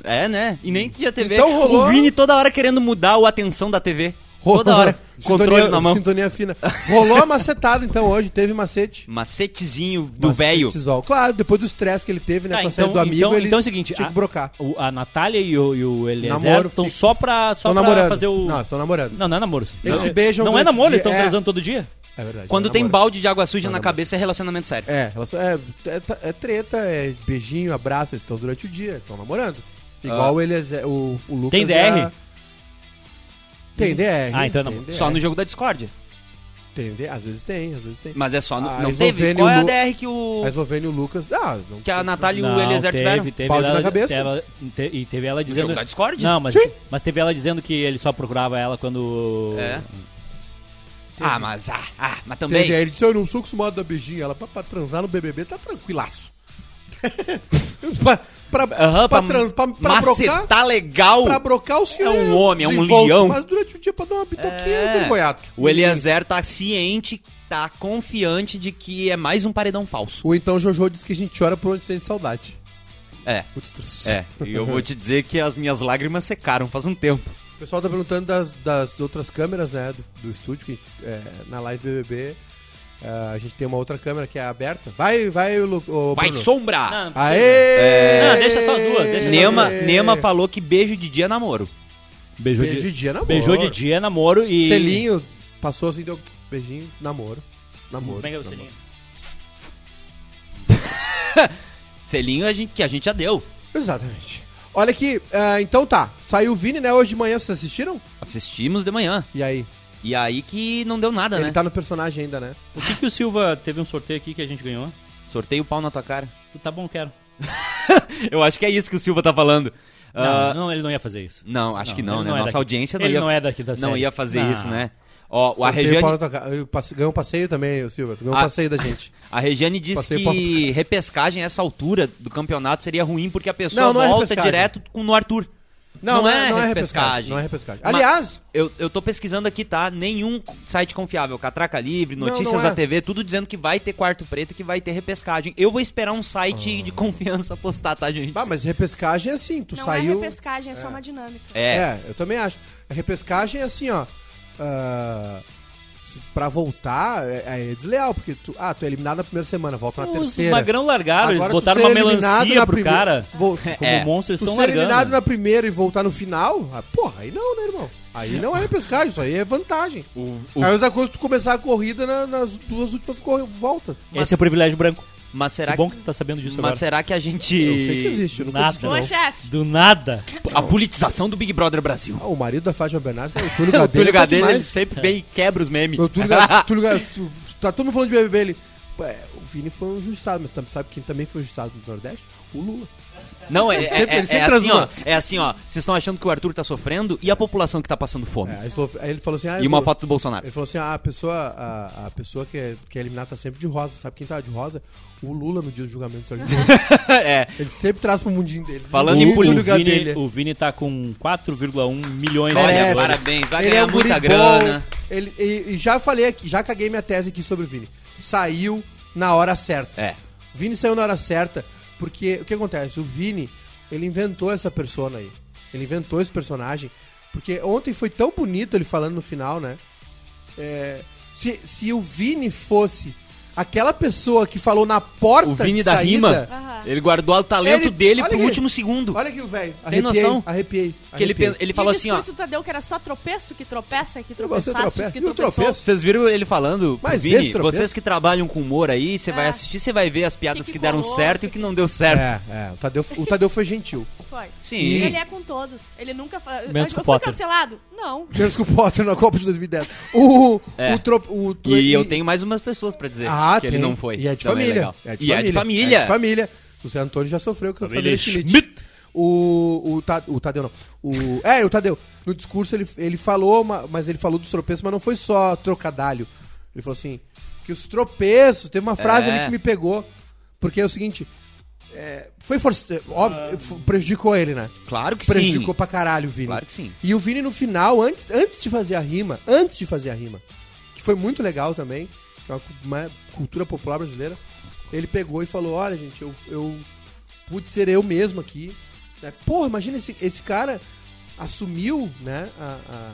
C: É, né? E nem tinha TV.
B: Então rolou-
C: O Vini toda hora querendo mudar o atenção da TV. Toda hora.
B: é. Sintonia-
C: Controle na mão.
B: Sintonia fina. Rolou a macetada, então, hoje. Teve macete.
C: Macetezinho do velho. Ah,
B: Macetezol. Claro, depois do estresse que ele teve, né?
D: Tá,
B: com a saída do amigo,
D: então,
B: ele
D: então é o seguinte,
B: tinha
D: a,
B: que brocar.
D: o- a Natália e o, e o Eliezer
B: Namoro
D: estão
B: fixo.
D: só pra, só
B: Estão
D: pra
B: namorando.
D: fazer o...
B: Não, estão namorando.
D: Não, não é namoro.
B: Eles
D: Não,
B: se beijam
D: Não é
B: durante
D: namoro,
B: o dia,
D: eles estão
B: é.
D: transando todo dia?
B: É verdade.
C: Quando
B: não
C: tem
B: namora.
C: balde de água suja
B: Não
C: na
B: namora.
C: cabeça, é relacionamento sério.
B: É, relação- é, é, é treta, é beijinho, abraço, eles estão
C: Ah.
B: durante o dia, estão namorando. Igual eles, é, o, o Lucas.
D: Tem
B: e a-
D: DR?
B: Tem DR.
D: Ah, então não.
B: tem DR,
C: é Só no jogo da Discord.
B: Tem DR, às vezes tem, às vezes tem. Ah,
C: Mas é só no.
B: A
C: não
B: Eslovênia
C: teve. Qual é
B: e
C: a
B: o Lu-
C: DR que o.
B: A Eslovênia e o Lucas. Ah, não
C: Que a Natália e o
D: Não,
C: Eliezer
D: teve,
C: tiveram?
D: Teve
B: Balde
D: ela,
B: na cabeça.
D: teve ela- te- e teve ela
C: No
D: dizendo.
C: jogo da Discord?
D: Não, mas,
B: Sim.
D: mas teve ela dizendo que ele só procurava ela quando.
C: É. Ah, mas. Ah, ah, mas
B: Teve
C: também.
B: aí, ele disse, eu não sou acostumado da beijinha. Ela, pra, pra transar no BBB, tá tranquilaço. <laughs> pra, pra,
C: Aham,
B: pra,
C: pra
B: trans- pra- pra
C: macetar
B: brocar,
C: legal.
B: pra brocar o senhor.
C: É É um homem, é um
B: desenvolto,
C: leão.
B: Mas durante o dia, pra dar uma bitoquinha,
C: É.
B: tem boiato.
C: O Eliezer tá ciente, tá confiante de que é mais um paredão falso.
B: Ou então Jojo diz que a gente chora por onde sente saudade.
C: É.
B: Putz, trus.
C: É, e eu vou te dizer que as minhas lágrimas secaram faz um tempo.
B: O pessoal tá perguntando das, das outras câmeras, né, do, do estúdio, que é, na live BBB é, a gente tem uma outra câmera que é aberta. Vai, vai, Lu, ô,
C: Vai
B: Bruno.
C: sombrar!
D: Não, não precisa.
B: Aê!
C: É.
D: Não, deixa só as duas, deixa só as
C: Nema, Nema falou que beijo de dia é namoro.
D: Beijou,
B: Beijo de dia, namoro.
D: beijou de dia, namoro e.
B: Selinho, passou assim, deu beijinho, namoro. Namoro.
D: Como é que é o
B: namoro.
D: selinho?
C: Selinho a gente, que a gente já deu.
B: Exatamente. Olha aqui, ah, então tá. Saiu o Vini, né, hoje de manhã, vocês assistiram?
C: Assistimos de manhã.
B: E aí?
C: E aí que não deu nada,
B: Ele
C: né?
B: tá no personagem ainda, né?
D: O que, que o Silva teve um sorteio aqui que a gente ganhou?
C: Sorteio o pau na tua cara. <laughs>
D: Tá bom, quero.
C: Eu acho que é isso que o Silva tá falando. Ah,
D: Não, não, ele não ia fazer isso.
C: não, acho que não,
D: ele
C: né?
D: é
C: Nossa
D: daqui.
C: audiência não
D: ele
C: ia,
D: não é daqui da
C: não
D: série.
C: ia fazer
D: Não.
C: isso, né? Ó, a
B: Sorteio
C: Regiane,
B: Paulo Toca- eu passe- Ganhou um passeio também, ô Silva. Tu Ganhou um
C: Ah.
B: passeio da gente.
C: a Regiane disse
B: Passei
C: que
B: pau na tua
C: repescagem a essa altura do campeonato seria ruim porque a pessoa
B: Não, não é
C: volta
B: repescagem.
C: direto com no Arthur.
B: Não é repescagem.
C: Mas-
B: Aliás,
C: Eu, eu tô pesquisando aqui, tá? Nenhum site confiável. Catraca Livre,
B: Não,
C: Notícias
B: não é.
C: da TV, tudo dizendo que vai ter quarto preto e que vai ter repescagem. Eu vou esperar um site de confiança postar, tá, gente?
B: ah, mas repescagem é assim, tu
E: Não é
B: saiu.
E: repescagem, é só uma dinâmica.
C: É,
B: É, eu também acho. A repescagem é assim, ó. ah, se- pra voltar, é, é desleal, porque tu. Ah, tu é eliminado na primeira semana, volta na
D: Os
B: terceira.
D: magrão largaram,
B: Agora
D: eles
B: tu
D: botaram
B: ser
D: uma
B: eliminado
D: melancia
B: na
D: pro
B: primeira-
D: cara.
B: tu
D: <laughs>
B: vol-
D: Como
C: É.
D: monstros
B: Tu
D: estão
B: ser eliminado
D: largando.
B: na primeira e voltar no final, ah, porra, aí não, né, irmão? Aí não é repescagem, isso aí é vantagem. Aí é a coisa tu começar a corrida na- nas duas últimas corre- voltas.
C: Mas-
D: Esse é o privilégio branco.
C: mas será
D: que bom que tu tá sabendo disso
C: Mas
D: agora.
C: será que a gente.
B: Eu sei que existe, eu nunca
D: Nada.
B: disse que
D: Não.
E: Boa,
B: não.
E: chefe.
D: Do nada.
C: A politização do Big Brother Brasil.
B: Ah, o marido da Fátima Bernardes é
D: <laughs>
B: o Túlio
C: O
B: Gadelha. tá
C: Túlio Gadelha,
B: demais.
C: ele sempre vem e quebra os memes.
B: Meu Túlio
C: <laughs>
B: Gadelha, Túlio Gadelha, tá todo mundo falando de BBB, ele... "Pô, é, o Vini foi um injustiçado, mas tam- sabe quem também foi injustiçado no Nordeste? O Lula.
C: Não, é, é,
B: Sempre-
C: é-
B: ele sempre
C: é assim, ó.
B: transuma.
C: É assim, ó. Vocês estão achando que o Arthur tá sofrendo e a população que tá passando fome.
B: É, aí Eslo- aí ele falou assim... Ah,
C: E uma
B: foto
C: foto do Bolsonaro.
B: Ele falou assim: ah, a pessoa, a, a pessoa que é, que é eliminada tá sempre de rosa. Sabe quem tá de rosa? O Lula no dia do julgamento do
C: <laughs>
B: Sérgio Moro.
C: é.
B: Ele sempre traz pro mundinho dele.
C: Falando
B: O
C: em
B: Túlio
D: O
C: política,
D: Vini,
B: Gadelha.
D: o Vini tá com 4,1 milhões de
C: Olha,
B: Merece.
D: dólares.
C: parabéns. Vai
B: É. Ele
C: ganhar
B: um guri
C: muita
B: bom.
C: grana.
B: Ele, e, e já falei aqui, já caguei minha tese aqui sobre o Vini. Saiu na hora certa.
C: É.
B: O Vini saiu na hora certa, porque o que acontece? O Vini, ele inventou essa persona aí. Ele inventou esse personagem. Porque ontem foi tão bonito ele falando no final, né? É, se, se o Vini fosse aquela pessoa que falou na porta
C: O Vini
B: de
C: da
B: saída-
C: rima,
E: Aham.
C: ele guardou o talento
B: Ele-
C: dele
B: olha
C: pro
B: aqui.
C: último segundo.
B: Olha aqui o velho.
C: Tem
B: Arrepiei,
C: noção?
B: Arrepiei.
C: Que ele,
B: arrepiei.
C: pen- ele
E: E
C: falou
E: o
C: assim, ó.
E: discurso do Tadeu, que era só tropeço, que tropeça, que
B: Tropeço,
E: tropeçaste,
B: tropeço.
E: que
B: E o
E: tropeçou.
B: tropeço?
C: Vocês viram ele falando, pro
B: Mas
C: Vini,
B: esse tropeço-
C: vocês que trabalham com humor aí, você vai
E: É.
C: assistir, você vai ver as piadas
E: Que
C: que,
E: que
C: deram
E: colou,
C: certo e o que não deu certo.
B: É, é. O Tadeu, o Tadeu foi gentil.
E: Foi.
C: Sim.
E: Ele é com todos. Ele nunca. Fa...
D: Menos
E: Eu
D: com o
E: fui
D: Potter.
E: cancelado? Não.
B: Menos que o Potter na Copa de 2010. O.
C: É.
B: O, trop, o tro-
C: E eu tenho mais umas pessoas pra dizer
B: Ah,
C: que
B: tem.
C: ele não foi.
B: E é de
C: Também
B: família.
C: legal. e é de família.
B: É de família. O Zé Antônio já sofreu com a família
D: Família
B: Schmidt.
D: Schmidt.
B: O, o, Ta- o Tadeu não. O, é, o Tadeu. No discurso ele, ele falou, ma- mas ele falou dos tropeços, mas não foi só trocadalho. Ele falou assim: que os tropeços. Teve uma frase
C: É.
B: ali que me pegou. Porque é o seguinte. é, foi forçado. Óbvio,
D: Ah.
B: f- prejudicou ele, né?
C: Claro que
B: Prejudicou
C: sim.
B: pra caralho o Vini.
C: Claro que sim.
B: E o Vini no final, antes, antes de fazer a rima, antes de fazer a rima, que foi muito legal também, que é uma, cu- uma cultura popular brasileira, ele pegou e falou, olha gente, eu, eu pude ser eu mesmo aqui. né? Porra, imagina esse, esse cara assumiu, né, a, a-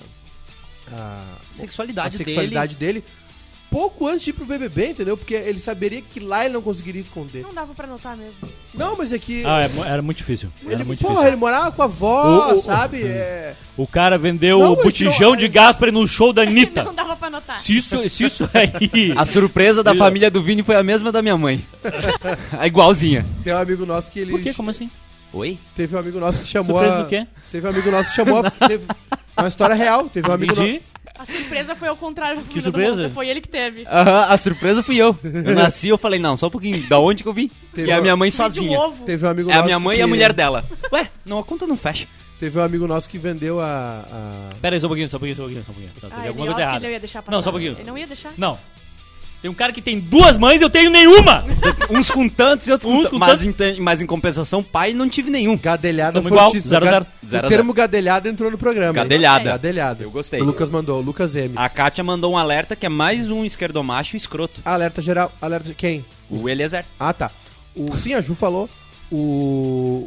B: a-
C: A
B: a
C: sexualidade,
B: sexualidade dele. pouco antes de ir pro BBB, entendeu? Porque ele saberia que lá ele não conseguiria esconder.
E: Não dava pra notar mesmo.
B: Não, mas é que...
D: Ah, é mu- era muito difícil.
B: ele,
D: Era muito
B: porra,
D: difícil.
B: ele morava com a avó,
D: O- o-
B: sabe? É...
D: O cara vendeu
B: Não,
D: o
B: mas
D: botijão
B: não-
D: de gás pra ir no show da
E: <laughs> Não
D: Anitta.
E: dava pra notar.
D: Se isso, se isso aí.
C: dele. A surpresa da <laughs>
D: Ele-
C: família do Vini foi a mesma da minha mãe. a igualzinha.
B: Tem um amigo nosso que ele...
D: Por que? Como assim?
C: Oi?
B: Teve um amigo nosso que chamou
D: Surpresa
B: a...
D: do quê?
B: Teve um amigo nosso que chamou
D: <laughs>
B: a... teve uma história real. Teve um amigo nosso...
D: Entendi.
E: A surpresa foi ao contrário.
D: Que surpresa? Ah,
E: Foi ele que teve.
C: Aham, a surpresa fui eu. Eu nasci, eu falei, não, só um pouquinho, da onde que eu vim?
B: Teve
C: e é a
B: uma-
C: minha mãe
E: Vende
C: sozinha.
E: um ovo.
B: Teve um amigo
C: É a
B: nosso
C: minha mãe
B: que...
C: e a mulher dela. Ué, não, a conta não fecha.
B: Teve um amigo nosso que vendeu a... a-
D: Pera aí, só um pouquinho, só um pouquinho, só um pouquinho. Só um pouquinho. Tá,
E: Ah,
D: teve
E: ele,
D: alguma
E: óbvio
D: coisa
E: que
D: errada.
E: ele não ia deixar passar.
D: Não, só um pouquinho.
E: Ele não ia deixar.
D: Não. Tem um cara que tem duas mães e eu tenho nenhuma!
C: Uns com tantos e outros
D: Uns
C: com
D: com
C: mas, em, te- mas em compensação, pai, não tive nenhum.
B: Gadelhada
D: Tamo igual,
B: fortíssima.
D: zero a zero.
C: Zero a
B: O termo gadelhada entrou no programa.
C: Gadelhada.
B: Gadelhada.
C: Eu gostei.
B: O Lucas mandou, o Lucas M.
C: A Kátia mandou um alerta que é mais um esquerdomacho escroto.
B: Alerta geral, alerta... Quem?
C: O Eliezer.
B: Ah, tá. O, sim, a Ju falou. O.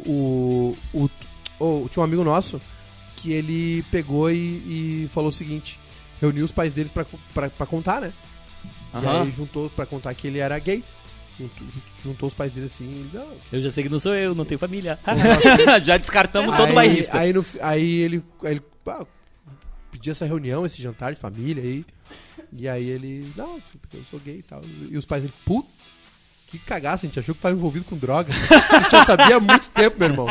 B: O. o, o- tinha um amigo nosso que ele pegou e, e falou o seguinte: reuniu os pais deles pra, pra, pra contar, né? E
C: Aham.
B: aí juntou pra contar que ele era gay. Juntou, juntou os pais dele assim. Não,
D: Eu já sei que não sou eu, não tenho família.
C: <laughs> Já descartamos
B: aí,
C: todo bairrista.
B: Aí, no fi- aí ele, aí ele ah, pediu essa reunião, esse jantar de família aí. E aí ele, não, filho, porque eu sou gay e tal. E os pais dele, puto, que cagaço, a gente achou que tava envolvido com droga. <laughs> A gente já sabia há muito tempo, meu
C: <laughs>
B: irmão.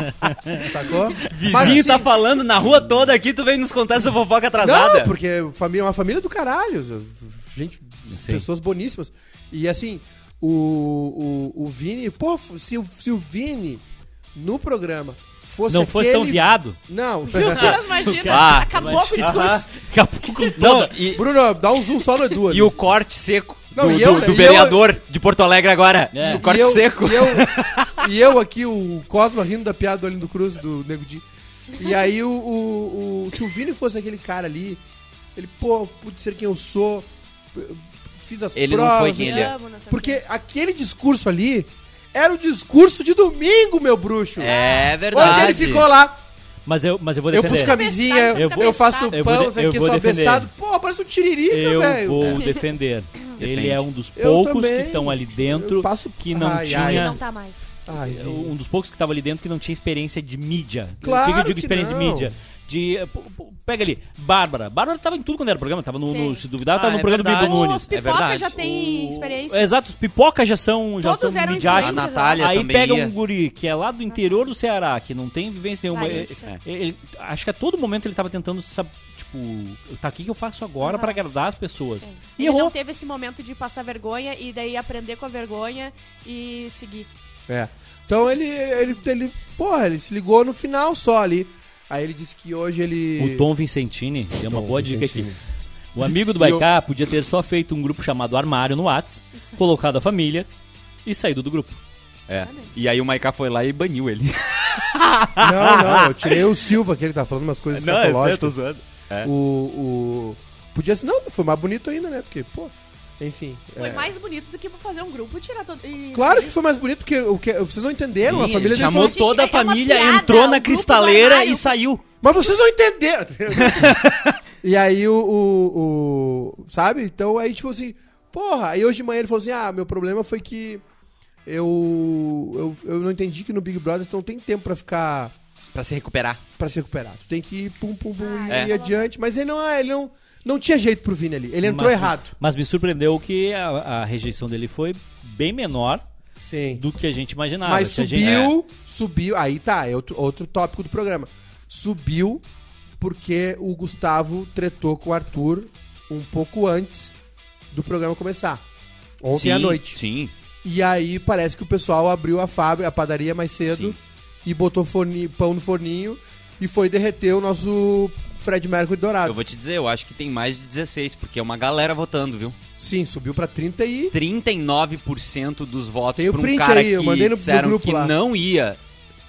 B: Sacou? Mas,
C: Vizinho
B: assim,
C: tá falando na rua toda aqui, tu vem nos contar essa fofoca atrasada.
B: Não, porque família é uma família do caralho. Gente, pessoas boníssimas. E assim, o, o, o Vini, pô, se, o- se o Vini no programa fosse
D: não fosse tão
B: aquele-
D: viado.
C: <laughs>
B: Não.
D: <laughs>
E: Meu Deus, imagina.
C: Ah,
E: Acabou com o
D: Aham.
E: discurso.
D: Daqui a pouco com
C: Não,
D: toda.
C: e,
B: Bruno, dá um zoom só no Edu. ali.
C: e o corte seco
B: Não,
C: do,
B: e eu-
C: do- do
B: e
C: vereador de Porto Alegre agora.
D: É.
C: O corte
B: E eu-
C: seco.
B: E eu, e eu aqui, o Cosma rindo da piada do Olindo Cruz, do Nego Di. E aí, o, o, o- se o Vini fosse aquele cara ali, ele, pô, pude ser quem eu sou, eu fiz as
C: Ele não
B: provas.
C: foi quem ele é.
E: Amo nossa
B: Porque aquele discurso ali era o discurso de domingo, meu bruxo.
C: <laughs> É
B: Onde
C: verdade.
B: ele ficou lá,
D: Mas eu, mas eu vou
B: eu pus
D: defender.
B: camisinha,
E: Bestado,
B: eu,
D: fica
B: faço um
D: bestado. Eu
B: pão,
D: vou
B: isso
D: de- eu
B: aqui
D: vou
B: só
D: defender.
B: bestado. Pô, parece um tiririca,
D: eu
B: velho.
D: vou defender.
E: <laughs>
D: Ele
C: Defende.
D: é um dos
B: Eu
D: poucos que
B: também.
D: estão ali dentro.
B: Eu passo-
D: que não
B: Ai,
D: tinha-
B: ai.
E: Não tá mais.
B: Ai,
D: é
B: Vini.
D: Um dos poucos que estava ali dentro que não tinha experiência de mídia.
B: Claro
D: o que que eu digo
B: que
D: experiência de
B: não.
D: mídia? De. eh, pô, pô, Pega ali, Bárbara. Bárbara tava em tudo quando era programa, tava no. no-
E: Sim.
D: se duvidar, tava
C: Ah,
D: no
C: é
D: programa do
C: verdade.
D: Vitor
E: Os
D: Nunes.
C: É
E: pipoca
C: verdade.
E: já tem
D: O-
E: experiência.
D: Exato, os pipocas já são, já
E: Todos
D: são
E: eram
C: A
D: midiáticos.
E: influencers.
C: Natália
D: Aí
C: também
D: pega
C: ia.
D: um guri que é lá do interior do Ceará, que não tem vivência nenhuma.
E: Larissa.
D: Ele- ele- acho que a todo momento ele tava tentando, sabe, tipo, tá aqui que eu faço agora
E: Aham.
D: pra agradar as pessoas.
E: Sim.
D: E
E: Ele não
D: errou.
E: teve esse momento de passar vergonha e daí aprender com a vergonha e seguir.
B: É. Então ele, ele, ele, porra, ele se ligou no final só ali. Aí ele disse que hoje ele.
D: O Tom Vicentini, que é uma boa dica aqui.
B: Vicentini.
D: O amigo do Baiká podia ter só feito um grupo chamado Armário no Whats, colocado a família e saído do grupo.
C: É. E aí o Maiká foi lá e baniu <laughs> ele.
B: Não, não, eu tirei o Silva, que ele tá falando umas coisas
D: é
B: escatológicas.
C: zoando.
B: o, o. Podia ser, não, foi mais bonito ainda, né? Porque, pô, enfim.
E: Foi
B: é.
E: mais bonito do que fazer um grupo e tirar todo. e-
B: Claro que foi mais bonito, porque o que, vocês não entenderam, a
C: Sim,
B: família
C: ele
B: dele falou.
C: chamou
E: Gente,
C: toda
E: é
C: a
E: que é uma
C: família,
E: piada,
C: entrou
E: o
C: na
E: grupo do
C: cristaleira e
E: armário.
C: saiu.
B: Mas vocês não entenderam! <laughs> e aí o, o- o- Sabe? Então aí, tipo assim, porra, aí hoje de manhã ele falou assim: ah, meu problema foi que eu. Eu, eu não entendi que no Big Brother tu não tem tempo pra ficar.
C: Pra se recuperar.
B: Pra se recuperar. Tu tem que ir pum, pum, pum e
C: É.
B: ir adiante. Mas ele não, ah, ele não, não tinha jeito pro Vini ali. Ele entrou
D: Mas-
B: errado.
D: Mas me surpreendeu que a, a rejeição dele foi bem menor
B: Sim.
D: do que a gente imaginava.
B: Mas
D: Se a gente-
B: subiu,
C: é.
B: subiu. Aí tá, é outro, outro tópico do programa. Subiu porque o Gustavo tretou com o Arthur um pouco antes do programa começar. Ontem à noite.
C: Sim.
B: E aí parece que o pessoal abriu a fábrica, a padaria mais cedo
C: Sim.
B: e botou forni- pão no forninho e foi derreter o nosso Fred Mercury dourado.
C: Eu vou te dizer, eu acho que tem mais de 16, porque é uma galera votando, viu?
B: Sim, subiu pra 30 e
C: 39% dos votos
B: Tem o
C: pra um
B: print
C: cara
B: aí, eu
C: que
B: mandei no- no
C: disseram
B: grupo
C: que
B: lá.
C: não ia,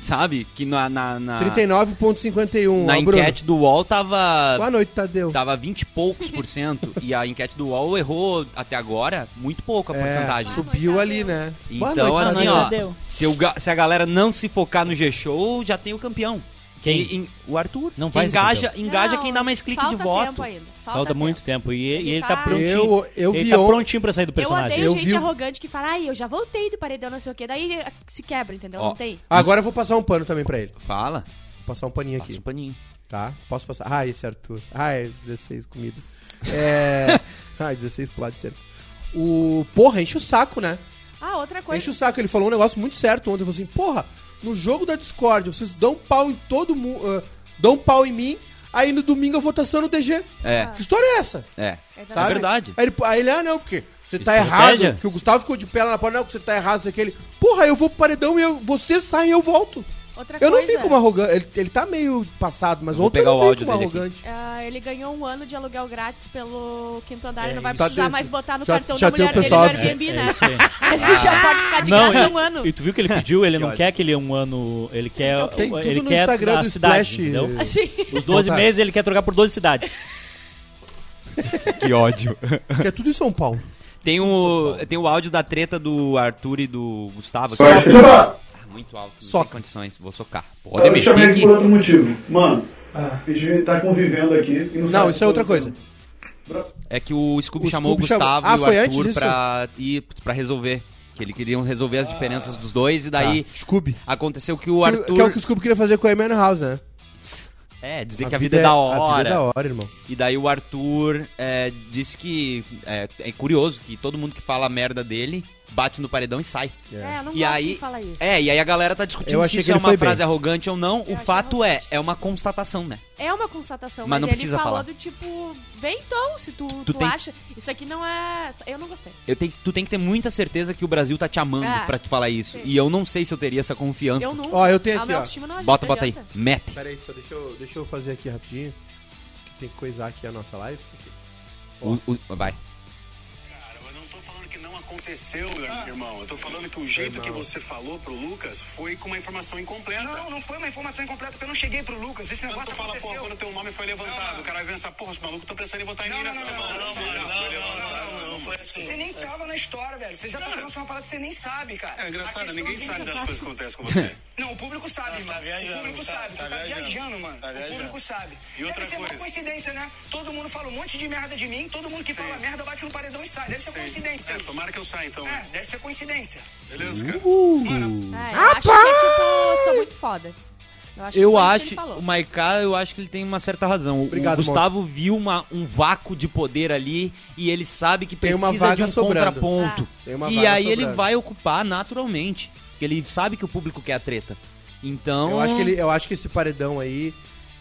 C: sabe? Que na, na, na,
B: 39,51.
C: Ah. na
B: ó, Bruno.
C: enquete tá, do UOL tava,
B: Boa noite, Tadeu.
C: tava 20 e poucos por cento, e a enquete do UOL errou até agora muito pouco a
B: É,
C: porcentagem.
B: subiu
E: Boa noite,
B: ali, né? Boa
C: Então,
B: noite,
C: assim,
B: Tadeu.
C: ó,
D: Tadeu.
C: se, o ga- se a galera não se focar no G-Show, já tem o campeão.
D: Quem?
C: E- em- o Arthur.
D: Não
C: quem
D: vai ser
C: engaja,
E: Não,
C: engaja quem dá mais clique de
E: falta
C: voto.
E: Tempo ainda. Falta,
D: Falta
E: tempo.
D: muito tempo. E e ele,
E: Ele
D: tá
E: tá-
D: prontinho.
B: Eu- eu
D: ele
B: vi
D: tá
B: on-
D: prontinho pra sair do
E: Eu
D: personagem.
E: odeio
B: Eu
E: gente
B: vi-
E: arrogante que fala, ai, eu já voltei do paredão, não sei o quê. Daí eh, se quebra, entendeu?
C: Ó.
E: Não tem.
B: Agora eu vou passar um pano também pra ele.
C: Fala.
B: Vou passar um paninho
C: Passa
B: aqui,
C: um paninho.
B: tá? Posso passar? Ai, esse Arthur. Ai, 16 comida.
C: <laughs>
B: É... Ai, 16 pular de cerco. O... Porra, enche o saco, né?
E: Ah, outra coisa.
B: Enche o saco. Ele falou um negócio muito certo ontem. Ele falou assim, porra, no jogo da Discord, vocês dão pau em todo mundo. dão pau em mim, aí no domingo a votação no DG.
C: É,
B: Que história é essa?
C: é.
B: Sabe?
C: É verdade.
B: Aí ele, aí ele, ah, não, porque você tá
D: Estratégia?
B: errado. Que o Gustavo ficou de pé lá na porta, não, porque você tá errado, isso aqui. Ele, porra, eu vou pro paredão e eu, você sai e eu volto.
E: Outra
B: Eu não
E: coisa.
B: fico uma arrogante. Ele, ele tá meio passado, mas
C: Eu vou
B: ontem eu
C: pegar
B: não
C: o
B: fico
C: áudio
B: uma
C: dele aqui.
B: arrogante.
E: Ah, ele ganhou um ano de aluguel grátis pelo quinto andar,
D: É
E: ele não vai
D: isso. É
E: precisar
B: Já tem-
E: mais botar no
B: Tá já-
E: cartão
B: já
E: da
B: tem o
E: mulher dele no
B: pessoal Ah.
E: Airbnb, né?
D: isso aí.
E: <laughs> Ele já pode ficar de
D: Não,
E: graça
D: e-
E: um ano.
D: E tu viu que ele pediu? Ele não quer que ele é um ano. Ele quer.
B: Então Tem tudo
D: ele
B: no
D: quer
B: Instagram
D: a
B: do
D: cidade,
B: Splash.
D: entendeu?
E: Assim,
D: Os 12
B: Tá.
D: meses ele quer trocar por 12 cidades.
C: Que ódio.
B: Que é tudo em São Paulo.
C: <laughs> Tem o, tem o áudio da treta do Arthur e do Gustavo. assim.
I: Arthur,
C: Ah, muito alto. Não
B: Soca.
C: tem condições. Vou socar. Pode
I: eu te
C: mexer
I: chamei
C: aqui.
I: por outro motivo. Mano, a gente tá convivendo aqui e não
B: Ah. Não,
I: sabe
B: isso é outra coisa.
C: É que o Scooby
B: O
C: chamou
B: Scooby
C: o Gustavo
B: chamou. Ah,
C: e
B: foi
C: o
B: antes
C: Arthur
B: disso?
C: pra, ir, pra resolver. Que eles queriam resolver as diferenças dos dois e daí
B: Scooby.
C: aconteceu que o
B: Ah. Que-
C: Arthur...
B: Tá, Que é o que o Scooby queria fazer com a Eman House, né?
C: É, dizer que a vida, é, da
B: A vida é da
C: hora.
B: hora, irmão.
C: E daí o Arthur é, disse que... É, é curioso que todo mundo que fala a merda dele bate no paredão e sai.
E: é, eu não
C: E
E: gosto
C: aí-
E: que fala isso.
C: É, e aí a galera tá discutindo
B: Eu
C: se
B: achei
C: isso
B: que
C: é
B: ele
C: uma
B: foi bem.
C: frase arrogante ou não.
E: achei
C: o fato é, é uma constatação, né?
E: É uma constatação,
C: Mas
E: mas,
C: não
E: ele
C: precisa
E: falou
C: falar.
E: do tipo, vem então, se tu,
C: Tu
E: tu,
C: tem-
E: acha. Isso aqui não é. Eu não gostei.
C: Eu tenho, tu tem que ter muita certeza que o Brasil tá te amando
E: É.
C: pra te falar isso.
E: Sim.
C: E eu não sei se eu teria essa confiança.
E: Eu nunca.
B: Ó, eu tenho
E: a
B: aqui,
E: minha
B: ó.
E: autoestima não
C: Bota,
E: adianta.
C: bota aí. Mete.
B: Pera aí, só deixa eu, deixa eu fazer aqui rapidinho. Que tem que coisar aqui a nossa live. porque-
C: O- o- vai.
J: Cara, eu não tô falando que não aconteceu, irmão. Eu tô falando que o jeito que você falou pro Lucas foi com uma informação incompleta. Não, não foi uma informação incompleta, porque eu não cheguei pro Lucas. Esse negócio fala, pô, quando teu nome foi levantado, o cara vai pensar, porra, os malucos estão pensando em votar em mim nessa semana. Não, mano, não, não, não, não foi assim.
I: nem tava na história, velho. Você já tá falando uma parada que você nem sabe, cara.
J: É engraçado, ninguém sabe das coisas que acontecem com você.
I: assim, Não, o público sabe,
J: Você tá
I: mano.
J: viajando,
I: o público
J: você tá-
I: sabe,
J: você tá
I: tu tá
J: viajando.
I: viajando, mano.
J: Tá
I: O
J: viajando.
I: público sabe.
J: E outra
I: Deve ser uma
J: coisa.
I: coincidência, né? Todo mundo fala um monte de merda de mim, todo mundo que fala merda bate no paredão e sai. Deve ser
J: <laughs>
I: coincidência.
J: É, tomara que eu saia então.
I: É, deve ser coincidência.
J: Beleza, cara?
E: É, eu acho que é tipo, sou muito foda. Eu acho. que
C: Eu
E: foi isso que ele
C: acho,
E: falou.
C: o Maiká, eu acho que ele tem uma certa razão. O-
B: Obrigado,
C: o Gustavo viu uma- um vácuo de poder ali e ele sabe que
B: Tem
C: precisa
B: uma vaga
C: de um
B: sobrando. Ah.
C: contraponto.
B: Tem uma
C: e
B: vaga
C: aí ele
B: sobrando.
C: vai ocupar naturalmente, porque ele sabe que o público quer a treta. Então,
B: Eu acho que ele, eu acho que esse paredão aí,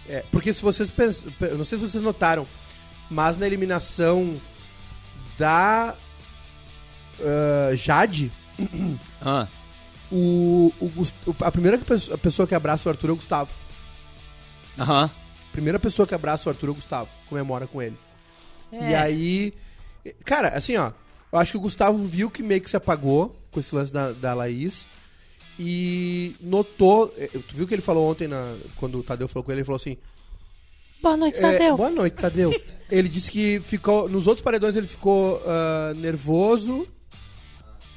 B: é, porque se vocês pensam, eu não sei se vocês notaram, mas na eliminação da ah, Jade,
C: Ah,
B: o, o Gus- o- a primeira que pesso- a pessoa que abraça o Arthur é o Gustavo.
C: aham.
B: Primeira pessoa que abraça o Arthur é o Gustavo, comemora com ele. E aí, cara, assim, ó, eu acho que o Gustavo viu que meio que se apagou com esse lance da, da Laís e notou, eh, tu viu que ele falou ontem na- quando o Tadeu falou com ele, ele falou assim:
F: Boa noite,
E: Tá,
B: É, boa noite, Tadeu. ele disse que ficou. Nos outros paredões ele ficou ah, nervoso,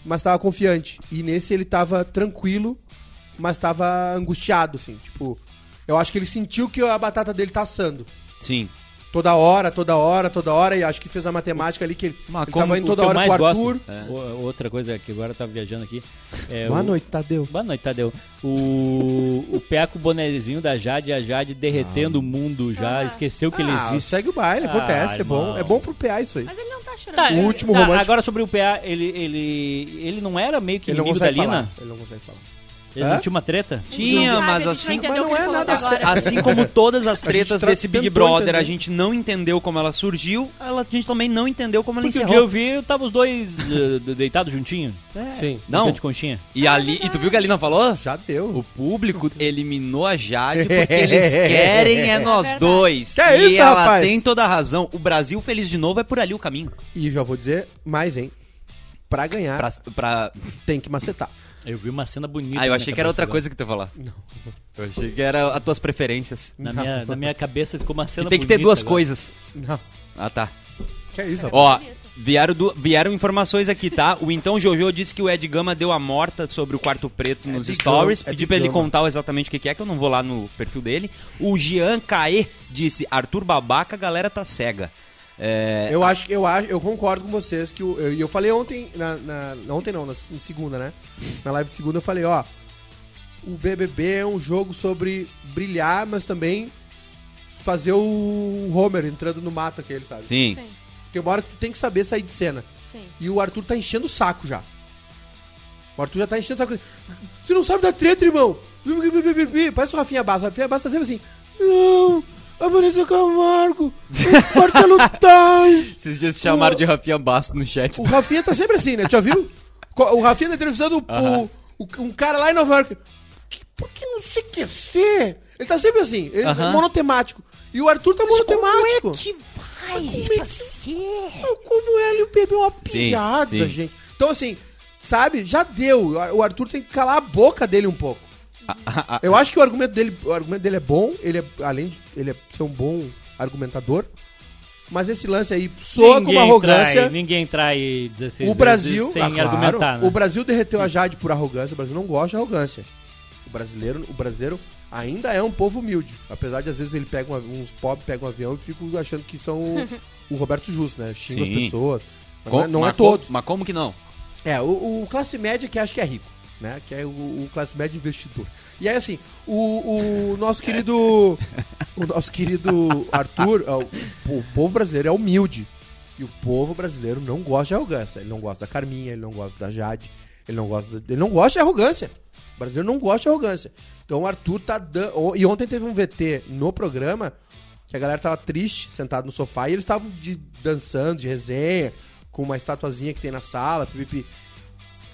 B: mas tava confiante. E nesse ele tava tranquilo, mas tava angustiado, assim. Tipo, eu acho que ele sentiu que a batata dele tá assando.
C: Sim.
B: Toda hora, toda hora, toda hora. E acho que fez a matemática ali que ele,
C: Mas
B: ele
C: como
B: tava indo
D: O que
B: toda
D: eu
B: hora
D: mais
B: com o
D: gosto. É.
B: Arthur.
D: O- Outra coisa que agora eu tava viajando aqui. é
B: Boa
D: o-
B: noite, Tadeu.
D: Boa noite, Tadeu. O, o Pé com o bonezinho da Jade, a Jade derretendo o mundo já, esqueceu que ele
B: Ah,
D: existe.
B: segue o baile,
D: Ah,
B: acontece, é
D: irmão.
B: bom. É bom pro PA isso aí.
E: Mas ele não tá chorando.
D: Tá,
B: O
D: é-
B: último
D: tá,
B: romântico.
D: Agora sobre o PA, ele, ele, ele não era meio que
B: ele não
D: inimigo da
B: consegue
D: Lina?
B: falar. Ele não consegue falar.
D: Ele
B: Hã?
D: não tinha uma treta?
C: Tinha,
E: Não sabe,
C: mas
E: a gente
C: assim-
E: Não
B: Mas
E: entendeu o
B: não é
E: que ele falou
B: nada
E: até agora.
C: Assim como todas as
B: <laughs> A gente
C: tretas
B: tra-
C: desse Big
B: tentou
C: Brother, a
B: entender.
C: gente não entendeu como ela surgiu, ela- a gente também não entendeu como ela
D: Porque o dia
C: encerrou.
D: eu vi, tava os dois eh, deitados juntinho.
B: Sim.
C: Não.
D: Não. De conchinha.
C: E ali, e tu viu que a Lina falou?
B: Já deu.
C: O público eliminou a Jade porque eles querem <laughs> é nós
E: verdade.
C: dois.
B: Que
C: e
B: é isso,
C: ela
B: rapaz?
C: tem toda a razão. O Brasil feliz de novo é por ali o caminho.
B: E já vou dizer mais, hein? Pra ganhar,
C: Pra, pra...
B: tem que macetar.
D: Eu vi uma cena bonita.
C: Ah, eu
D: na
C: achei
D: minha
C: que era
D: cabeça
C: outra
D: agora.
C: coisa que tu ia falar. Não. Eu achei que era as tuas preferências.
D: Na minha, na minha cabeça ficou uma cena
C: tem que
B: é
C: ter
D: bonita
C: duas
B: né?
D: agora.
C: coisas.
B: Não.
C: Ah, tá.
B: Que é isso, rapaz?
C: Ó,
E: bonito.
C: vieram, du- vieram informações aqui, tá? O então Jojo disse que o Ed Gama deu a morta sobre o quarto preto nos
B: É Ed
C: stories.
B: Gama,
C: Pedi
B: Ed
C: pra ele
B: Gama.
C: contar exatamente o que que é, que eu não vou lá no perfil dele. O Jean Caê disse: Arthur Babaca, a galera tá cega. É,
B: Eu acho que eu acho, eu concordo com vocês que o- eu, e eu falei ontem na, na- na- ontem não, na, em segunda, né? Na live de segunda eu falei, ó, o BBB é um jogo sobre brilhar, mas também fazer o Homer entrando no mato aquele, sabe?
C: Sim.
E: Sim,
B: Tem uma hora que tu tem que saber sair de cena.
E: sim.
B: E o Arthur tá enchendo o saco já. O Arthur já tá enchendo essa coisa. Você não sabe da treta, irmão. Parece o Rafinha Basso. O Rafinha Basso tá sempre assim. Não, a Vanessa Camargo, o Marcelo tá Tais.
H: Vocês já se chamaram de Rafinha Basto no chat.
B: O Rafinha tá sempre assim, né? Tu já viu? Co- O Rafinha tá entrevistando o- o- o- um cara lá em Nova York. Que, por que não sei o que ser? Ele tá sempre assim, ele é
H: Aham.
B: monotemático. E o Arthur tá monotemático. é
C: vai
B: Não, Como ela e o bebê é uma
H: Sim,
B: piada,
H: sim.
B: gente. Então, assim, sabe, já deu. O Arthur tem que calar a boca dele um pouco.
H: Ah,
B: Eu acho que o argumento dele, o argumento dele é bom, ele é, além de ele é ser um bom argumentador, mas esse lance aí soa com uma arrogância.
D: Trai, ninguém trai 16
B: o
D: vezes
B: Brasil,
D: sem
B: Ah, claro,
D: argumentar, né?
B: o Brasil derreteu a Jade por arrogância. O Brasil não gosta de arrogância. O brasileiro, o brasileiro ainda é um povo humilde, apesar de às vezes ele pega um avi- uns pobres pegam um avião e ficam achando que são o, o Roberto Justo, né? Xinga as
H: Sim.
B: pessoas. Mas
H: Com-
B: não é- não é
H: mas
B: todos.
H: como- Mas como que não?
B: É, o, o classe média que acha que é rico, né? Que é o, o classe média investidor. E aí, assim, o, o nosso querido. O nosso querido Arthur, ó, o, o povo brasileiro é humilde. E o povo brasileiro não gosta de arrogância. Ele não gosta da Carminha, ele não gosta da Jade, ele não gosta. de- ele não gosta de arrogância. O brasileiro não gosta de arrogância. Então o Arthur tá dando. E ontem teve um VT no programa que a galera tava triste, sentado no sofá, e eles estavam de- dançando, de resenha, com uma estatuazinha que tem na sala, pipipi.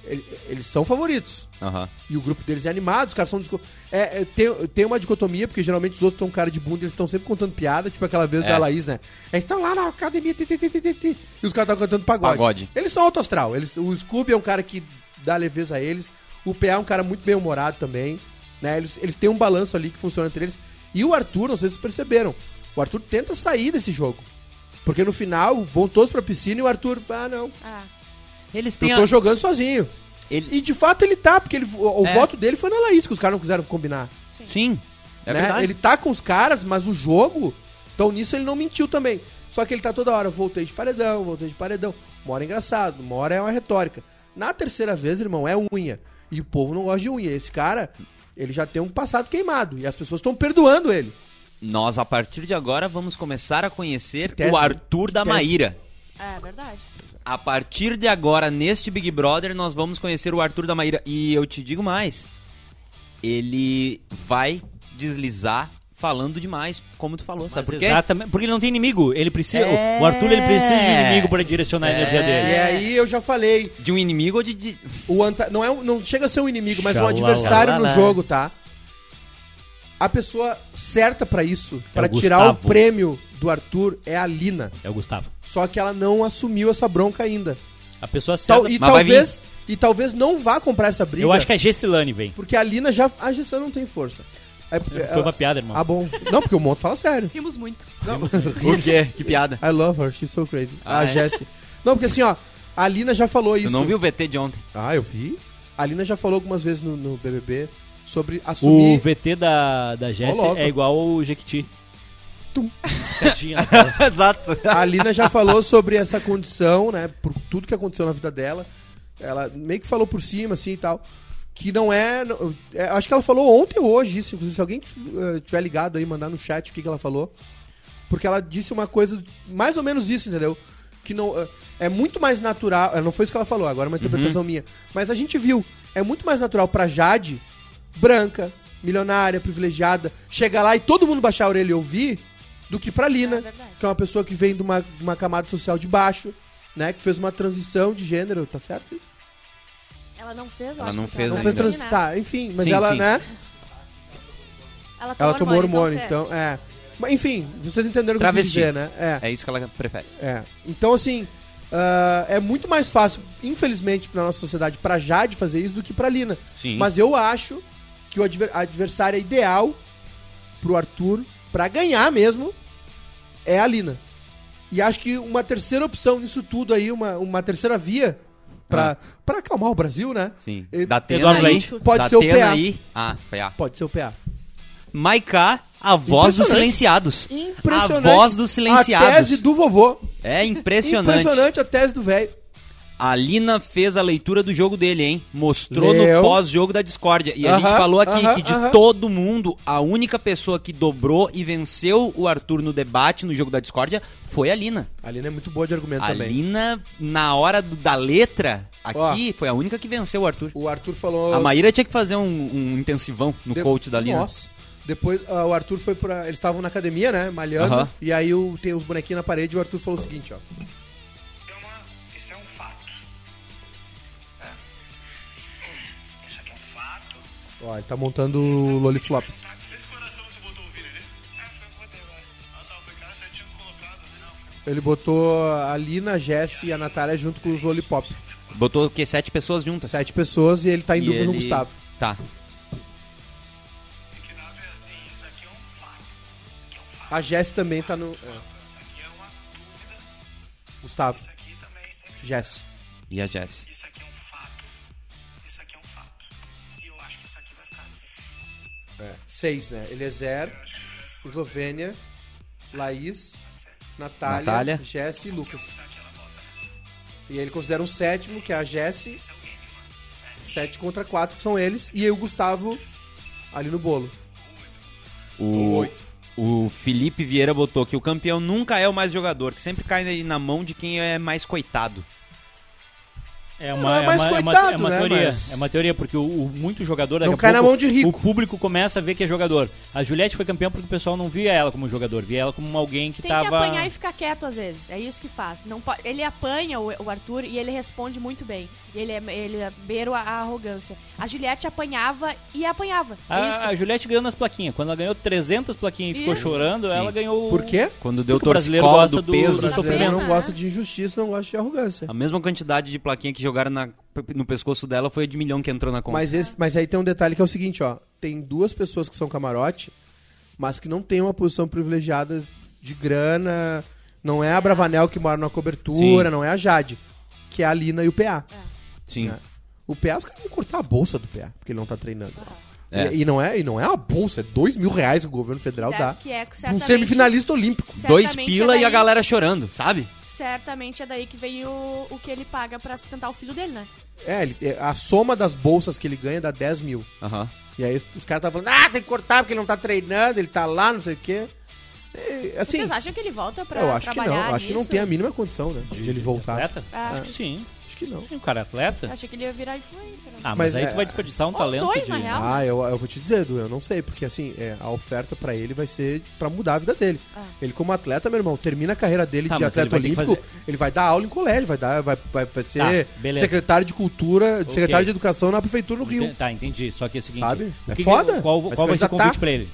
B: Ele- Eles são favoritos.
H: Aham.
B: E o grupo deles é animado, os caras são. disco- É, é, tem, tem uma dicotomia, porque geralmente os outros estão cara de bunda e eles estão sempre contando piada, tipo aquela vez da Laís, né? Eles estão lá na academia, ti, ti, ti, ti, ti, ti, e os caras estão cantando pagode.
H: Pagode.
B: Eles são alto astral. Eles, o Scooby é um cara que dá leveza a eles. O PA é um cara muito bem-humorado também. Né? Eles, eles têm um balanço ali que funciona entre eles. E o Arthur, não sei se vocês perceberam, o Arthur tenta sair desse jogo. Porque no final vão todos pra piscina e o Arthur, ah, não,
E: Ah,
C: Eles
B: eu tô jogando sozinho.
C: Ele-
B: E de fato ele tá, porque ele, o, o
C: É.
B: voto dele foi na Laís, que os caras não quiseram combinar.
C: Sim, é
B: né?
C: verdade.
B: Ele tá com os caras, mas o jogo. Então nisso ele não mentiu também. Só que ele tá toda hora, voltei de paredão, voltei de paredão. Uma hora é engraçado, uma hora é uma retórica. Na terceira vez, irmão, é unha. E o povo não gosta de unha. Esse cara, ele já tem um passado queimado. E as pessoas estão perdoando ele.
C: Nós, a partir de agora, vamos começar a conhecer
B: tese,
C: o Arthur da
B: que tese.
C: Maíra.
E: é verdade.
C: A partir de agora, neste Big Brother, nós vamos conhecer o Arthur da Maíra. E eu te digo mais, ele vai deslizar falando demais, como tu falou, sabe
D: Mas
C: por quê?
D: Exatamente, porque ele não tem inimigo. Ele precisa,
C: É.
D: O Arthur ele precisa de inimigo pra direcionar a energia dele.
B: E aí eu já falei,
C: De um inimigo ou de...
D: <laughs>
C: de-
B: O anta- não, é um- não chega a ser um inimigo, mas um
D: Xalala.
B: adversário no
C: Xalala.
B: jogo, tá? A pessoa certa pra isso, pra
D: É o
B: tirar o
D: Gustavo.
B: prêmio do Arthur, é a Lina.
D: É o Gustavo.
B: Só que ela não assumiu essa bronca ainda.
D: A pessoa certa.
B: Tal- Então, e,
C: Mas vai
B: talvez, e talvez não vá comprar essa briga,
D: Eu acho que é a Gessilane vem.
B: porque a Lina já. A gestão não tem força. É- é-
D: Foi uma piada, irmão.
B: Ah, bom. Não, porque o Monto fala sério.
F: Rimos muito.
B: <laughs>
H: O quê? Que piada.
B: I love her, she's so crazy.
C: Ah,
B: a
C: é?
B: Jessie. Não, porque assim, ó, a Lina já falou
C: Tu
B: isso.
C: não viu o VT de
B: <laughs>
C: ontem?
B: Ah, eu vi. A Lina já falou algumas vezes no, no BBB sobre
D: O
B: assumir.
D: VT da, da Jess
B: Ô, louco.
D: é igual o Jequiti. né? Piscadinha
B: <laughs>
D: na cara.
C: Exato.
B: A Lina já falou sobre essa condição, né? Por tudo que aconteceu na vida dela. Ela meio que falou por cima, assim e tal. Que não é. não- é, acho que ela falou ontem ou hoje isso. Inclusive, se alguém eh, tiver ligado aí, mandar no chat o que, que ela falou. Porque ela disse uma coisa, mais ou menos isso, entendeu? Que não. eh, É muito mais natural. eh, Não foi isso que ela falou, agora é uma interpretação
C: Uhum.
B: minha. Mas a gente viu. É muito mais natural pra Jade, branca, milionária, privilegiada, chegar lá e todo mundo baixar a orelha e ouvir, do que pra Lina
E: É verdade.
B: que é uma pessoa que vem de uma, de uma camada social de baixo, né? Que fez uma transição de gênero, tá certo isso?
E: Ela não fez, eu
C: Ela
E: acho
C: não
E: que
C: fez
E: ela
B: Não
C: ainda.
B: fez
E: fez,
B: transi... Tá, enfim, mas
C: um Sim,
B: ela,
C: sim.
B: né?
E: Ela tomou,
B: Ela tomou hormônio,
E: fez.
B: então, é. Mas, enfim, vocês entenderam o que eu quis
C: Travesti.
B: dizer, né? É.
C: É isso que ela prefere.
B: É. Então, assim, ah, é muito mais fácil, infelizmente, na nossa sociedade, pra Jade fazer isso do que pra Lina.
C: Sim.
B: Mas eu acho que o adver- a adversária ideal pro Arthur, pra ganhar mesmo, é a Lina. E acho que uma terceira opção nisso tudo aí, uma, uma terceira via pra, pra acalmar o Brasil, né?
C: Ah. Sim.
B: E-
C: Da Atena
D: Eduardo
C: aí.
D: Leite.
B: Pode
C: da
B: ser o
C: Atena
B: PA.
C: aí. Ah, PA.
B: Pode ser o PA.
C: Maiká, a voz dos
B: Impressionante.
C: silenciados.
B: Impressionante.
C: A voz dos
B: A tese
C: silenciados.
B: do vovô.
C: É impressionante.
B: Impressionante a tese do velho.
C: A Lina fez a leitura do jogo dele, hein? Mostrou
B: Leu.
C: no pós-jogo da discórdia. E a gente
B: Aham,
C: falou aqui
B: aham,
C: que de
B: aham.
C: todo mundo, a única pessoa que dobrou e venceu o Arthur no debate no jogo da discórdia foi a Lina.
B: A Lina é muito boa de argumento
C: a
B: também.
C: Lina, na hora do- da letra, aqui, foi a única que venceu o Arthur.
B: O Arthur falou.
C: A Maíra tinha que fazer um, um intensivão no
B: De-
C: coach da Lina.
B: Nossa. Depois ah, o Arthur foi pra. Eles estavam na academia, né? Malhando.
C: Aham.
B: E aí o, tem uns bonequinhos na parede e o Arthur falou o seguinte, ó.
J: É uma- Isso é um fato. É. Isso aqui é um fato.
B: Ó, ele tá montando o Loliflop.
J: Esse coração que tu botou o Vini ali? É, foi que botei lá. Ah tá, foi cara, você tinha colocado, né? Não, foi
B: Ele botou a Lina, a Jess e a Natália junto com os Lollipop.
C: Botou o quê? Sete pessoas juntas.
B: Sete pessoas e ele tá em
C: E
B: dúvida no
C: ele-
B: Gustavo.
C: Tá.
J: que nave é assim, isso aqui é um fato. Isso aqui é um fato.
B: A Jess também tá no. é,
J: Isso aqui é uma dúvida.
B: Gustavo.
J: Isso aqui também sempre.
B: Jess.
C: E a Jess.
J: Isso aqui é um fato. Isso aqui é um fato. E eu acho que isso aqui vai ficar assim.
B: É. Seis, né? Eliezer, Eslovênia, Laís, Natália,
C: Natália.
B: Jesse e Lucas. E ele considera um sétimo, que é a Jesse. Sete contra quatro, que são eles. E aí o Gustavo ali no bolo.
C: O,
B: Oito.
C: o Felipe Vieira botou que o campeão nunca é o mais jogador, que sempre cai na- na mão de quem é mais coitado.
D: É
B: Não,
D: uma,
B: é
D: é
B: mais
D: uma, é uma,
B: coitado,
D: é uma
B: né,
D: teoria.
B: mas-
D: É uma teoria, porque o, o- muito jogador daqui
B: Não
D: a
B: cai na
D: pouco,
B: mão de rico.
D: O público começa a ver que é jogador. A Juliette foi campeã porque o pessoal não via ela como jogador, via ela como alguém que
E: Tem
D: tava.
E: que apanhar e ficar quieto às vezes. É isso que faz. Não po- Ele apanha o, o Arthur e ele responde muito bem. E Ele é, ele é beiro a, a arrogância. A Juliette apanhava e apanhava. É isso.
D: Ah, a, a Juliette ganhou nas plaquinhas. Quando ela ganhou 300 plaquinhas e ficou
E: Isso.
D: chorando, ela ganhou.
B: Por quê?
C: Quando deu
D: Porque o brasileiro
C: torcicolo
D: gosta
C: do
D: do-
C: peso.
B: O brasileiro não
E: sofrimento,
B: gosta
E: né?
B: de injustiça, não gosta de arrogância.
C: A mesma quantidade de plaquinha que jogaram na- no pescoço dela foi a de milhão que entrou na conta.
B: Mas, esse- mas aí tem um detalhe que é o seguinte, ó. Tem duas pessoas que são camarote, mas que não tem uma posição privilegiada de grana. Não é a Bravanel que mora na cobertura,
C: Sim.
B: não é a Jade. Que é a Lina e o PA.
C: Sim.
B: né? O PA, os caras vão cortar a bolsa do PA, porque ele não tá treinando.
C: É.
B: E, e não é, e não é uma bolsa, é dois mil reais que o governo federal
E: Deve-
B: dá.
E: Que é,
B: Um
E: certamente-
B: semifinalista olímpico.
C: Dois
E: certamente
C: pila
E: é
C: e a
E: daí-
C: galera chorando, sabe?
E: Certamente é daí que veio o, o que ele paga pra sustentar o filho dele, né?
B: É, ele- é, a soma das bolsas que ele ganha dá 10 mil.
C: Aham.
B: E aí os caras estavam falando, ah, tem que cortar porque ele não tá treinando, ele tá lá, não sei o quê. E, assim,
E: Vocês acham que ele volta pra
B: eu acho que não.
E: trabalhar
B: Acho que não
E: nisso?
B: tem a mínima condição, né? De, ele voltar.
D: Atleta?
E: Ah.
D: Acho que sim.
B: Acho que não.
D: O cara é atleta?
E: Eu achei que ele ia virar influencer. né?
D: Ah, mas,
B: Mas
D: aí
B: é-
D: tu vai desperdiçar um
E: Os
D: talento
E: dois,
D: de...
E: na real.
B: Ah, eu, eu vou te dizer, Edu, eu não sei, porque assim, é, a oferta pra ele vai ser pra mudar a vida dele.
E: Ah.
B: Ele, como atleta, meu irmão, termina a carreira dele
D: Tá,
B: de
D: mas
B: atleta
D: ele vai ter que
B: olímpico, ele vai dar aula em colégio, vai dar, vai, vai, vai ser
D: Tá, beleza.
B: secretário de cultura,
D: Ok.
B: secretário de educação na prefeitura do Rio.
D: Ente- Tá, entendi. Só que é o seguinte...
B: Sabe?
D: o
B: É
D: que que-
B: foda,
D: qual
B: mas tá?
D: qual vai ser
B: candidatar.
D: o convite pra ele?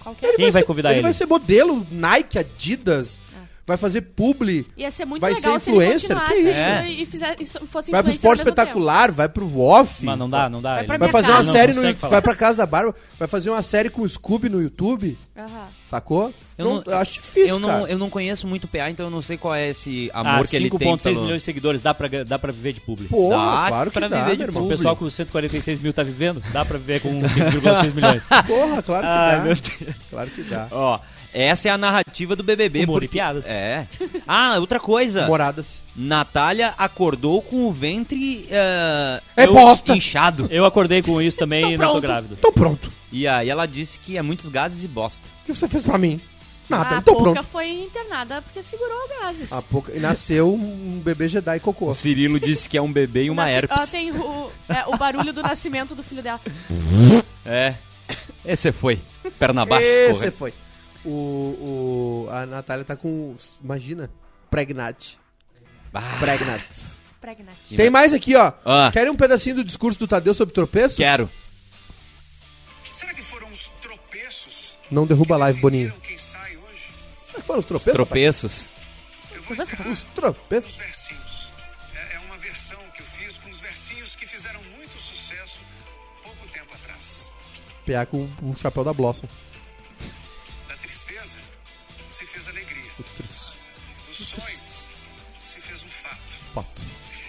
E: Qual que é?
D: Quem vai convidar ele?
B: vai ser modelo Nike, Adidas,
E: Ah.
B: vai fazer publi,
E: Ia ser muito
B: Vai
E: legal
B: ser
E: se ele
B: influencer?
E: continuasse
B: Que É.
C: isso?
E: né, e, fizer, e so- fosse
B: vai pro
E: influencer ao
B: esporte
E: mesmo tempo.
B: espetacular, vai pro off.
D: Mas não dá, não dá.
E: Vai
D: ele-
E: pra
B: Vai
E: minha
B: fazer uma
E: casa.
D: Não
B: série
D: consegue
B: no.
D: falar.
B: Vai pra casa da Bárbara, vai fazer uma série com o Scooby no YouTube,
E: Aham.
B: sacou?
C: Eu
B: não,
C: não-
B: eu acho difícil,
C: eu, não,
B: cara.
C: eu não conheço muito o PA, então eu não sei qual é esse amor
D: Ah,
C: que ele tem.
D: 5.6
C: pelo-
D: milhões de seguidores, dá pra, dá pra viver de público.
B: Pô,
C: Dá
B: claro que
C: pra
B: dá,
C: viver de
B: meu
D: Se o
B: irmão.
D: pessoal com 146 mil tá vivendo, dá pra viver com 5,6 milhões.
B: Porra, claro
C: <laughs>
B: que
C: Ah,
D: Ai,
B: dá.
D: meu
B: Claro que dá.
C: Ó, essa é a narrativa do BBB.
D: Humor e
C: porque-
D: piadas.
C: É. Ah, outra coisa.
B: Moradas.
C: Natália acordou com o ventre eh,
B: É
C: eu-
B: bosta.
C: inchado.
D: Eu acordei com isso também e não tô grávido.
B: Então pronto. O
C: E aí ela disse que é muitos gases e bosta.
B: que você fez pra mim? Nada,
E: a
B: então
E: Poca
B: pronto.
E: foi internada porque segurou gases.
B: A pouca... E nasceu um bebê Jedi cocô.
C: O Cirilo disse que é um bebê e uma
E: Nasci- Ela
C: herpes.
E: tem o, é, o barulho do nascimento do filho dela.
C: É. Esse foi. Perna baixa,
B: Esse
C: escorre-
B: foi. O, o- a Natália tá com. Imagina. Pregnat.
C: Ah.
B: Pregnat.
E: Pregnante.
B: Tem mais aqui, ó.
C: Ah.
B: Querem um pedacinho do discurso do Tadeu sobre tropeços?
C: Quero.
J: Será que foram os tropeços?
B: Não derruba a live, Boninho.
J: Quem sai hoje?
B: Como é que foram os tropeços?
C: Tropeços.
J: Eu vou encerrar
B: Os
J: os
B: tropeços.
J: versinhos. É, é uma versão que eu fiz com os versinhos que fizeram muito sucesso pouco tempo atrás.
B: PA com o chapéu da Blossom.
J: Da tristeza se fez alegria.
B: Muito triste.
J: Do sonho se fez um fato.
B: Fato.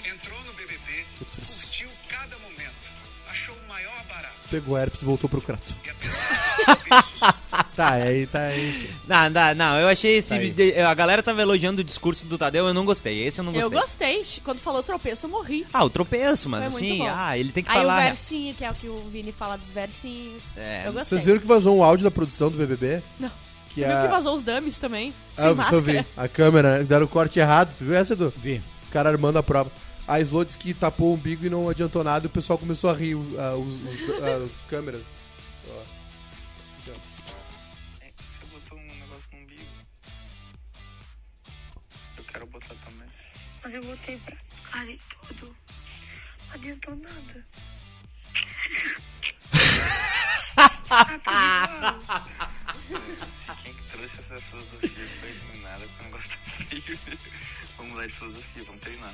J: Entrou no BBB, curtiu cada momento, achou o maior barato.
B: <laughs> Pegou herpes e voltou pro crato.
J: E apesar dos tropeços,
B: Tá, aí tá aí.
C: Não, não, não, eu achei esse.
B: Tá aí.
C: de- A galera tava elogiando o discurso do Tadeu, eu não gostei. Esse eu não
E: Eu
C: gostei.
E: gostei. Quando falou tropeço, eu morri.
C: Ah, o tropeço, mas
E: Foi muito
C: assim,
E: bom.
C: ah, ele tem que
E: Aí o
C: falar. né?
E: versinho, que é o que o Vini fala dos versinhos.
C: É,
E: eu gostei.
B: Vocês viram que vazou um áudio da produção do BBB?
E: Não.
B: Que
E: Tu
B: a...
E: viu que vazou os dummies também?
B: Ah,
E: Sem
B: eu só
E: máscara.
B: vi. A câmera, né? deram o corte errado. Tu viu essa, Edu?
D: Vi.
B: Os caras armando a prova. A Slow disse que tapou o umbigo e não adiantou nada e o pessoal começou a rir, os, ah, os- os- ah, os câmeras.
J: Você botou um negócio no umbigo? Eu quero botar também.
K: Mas eu voltei pra casa e tudo. Não adiantou nada.
J: Sei quem é que trouxe essa filosofia foi iluminada com o negócio do frio. <laughs> vamos mudar de filosofia, vamos treinar.